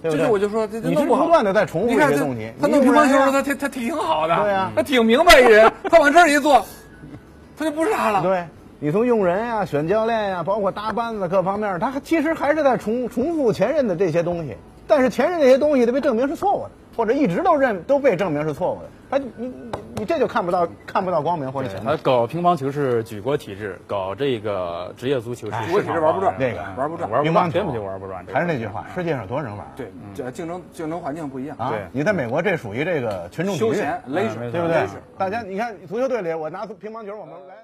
[SPEAKER 2] 对
[SPEAKER 1] 这
[SPEAKER 2] 不对？
[SPEAKER 1] 就我就说这这
[SPEAKER 2] 你是
[SPEAKER 1] 弄不
[SPEAKER 2] 不
[SPEAKER 1] 好。
[SPEAKER 2] 断的在重复
[SPEAKER 1] 你
[SPEAKER 2] 这
[SPEAKER 1] 看
[SPEAKER 2] 些
[SPEAKER 1] 这
[SPEAKER 2] 东西。
[SPEAKER 1] 他
[SPEAKER 2] 你
[SPEAKER 1] 弄乒
[SPEAKER 2] 不然
[SPEAKER 1] 乓球的时候，
[SPEAKER 2] 让
[SPEAKER 1] 他他他挺好的，
[SPEAKER 2] 对啊
[SPEAKER 1] 他挺明白一人，他往这儿一坐，他就不是他了。
[SPEAKER 2] 对你从用人呀、选教练呀、包括搭班子各方面，他其实还是在重重复前任的这些东西。但是前任这些东西都被证明是错误的，或者一直都认都被证明是错误的。他你你你这就看不到看不到光明或者
[SPEAKER 3] 对
[SPEAKER 2] 前
[SPEAKER 3] 他
[SPEAKER 2] 面。
[SPEAKER 3] 搞乒乓球是举国体制，搞这个职业足球是市场
[SPEAKER 1] 国体制玩不转
[SPEAKER 3] 化的
[SPEAKER 2] 这个
[SPEAKER 3] 玩不转，玩不
[SPEAKER 2] 乒
[SPEAKER 3] 转，
[SPEAKER 2] 乓
[SPEAKER 3] 根
[SPEAKER 2] 球
[SPEAKER 3] 本就玩不转。这个
[SPEAKER 2] 还是那句话，世界上多少人玩？
[SPEAKER 1] 对，这竞争竞争环境不一样
[SPEAKER 2] 啊
[SPEAKER 3] 对，
[SPEAKER 2] 你在美国这属于这个群众体育啊
[SPEAKER 1] 休闲 leisure，
[SPEAKER 2] 对不
[SPEAKER 3] 没
[SPEAKER 2] 对
[SPEAKER 1] 错？
[SPEAKER 2] 大家你看足球队里，我拿足乒乓球，我们来。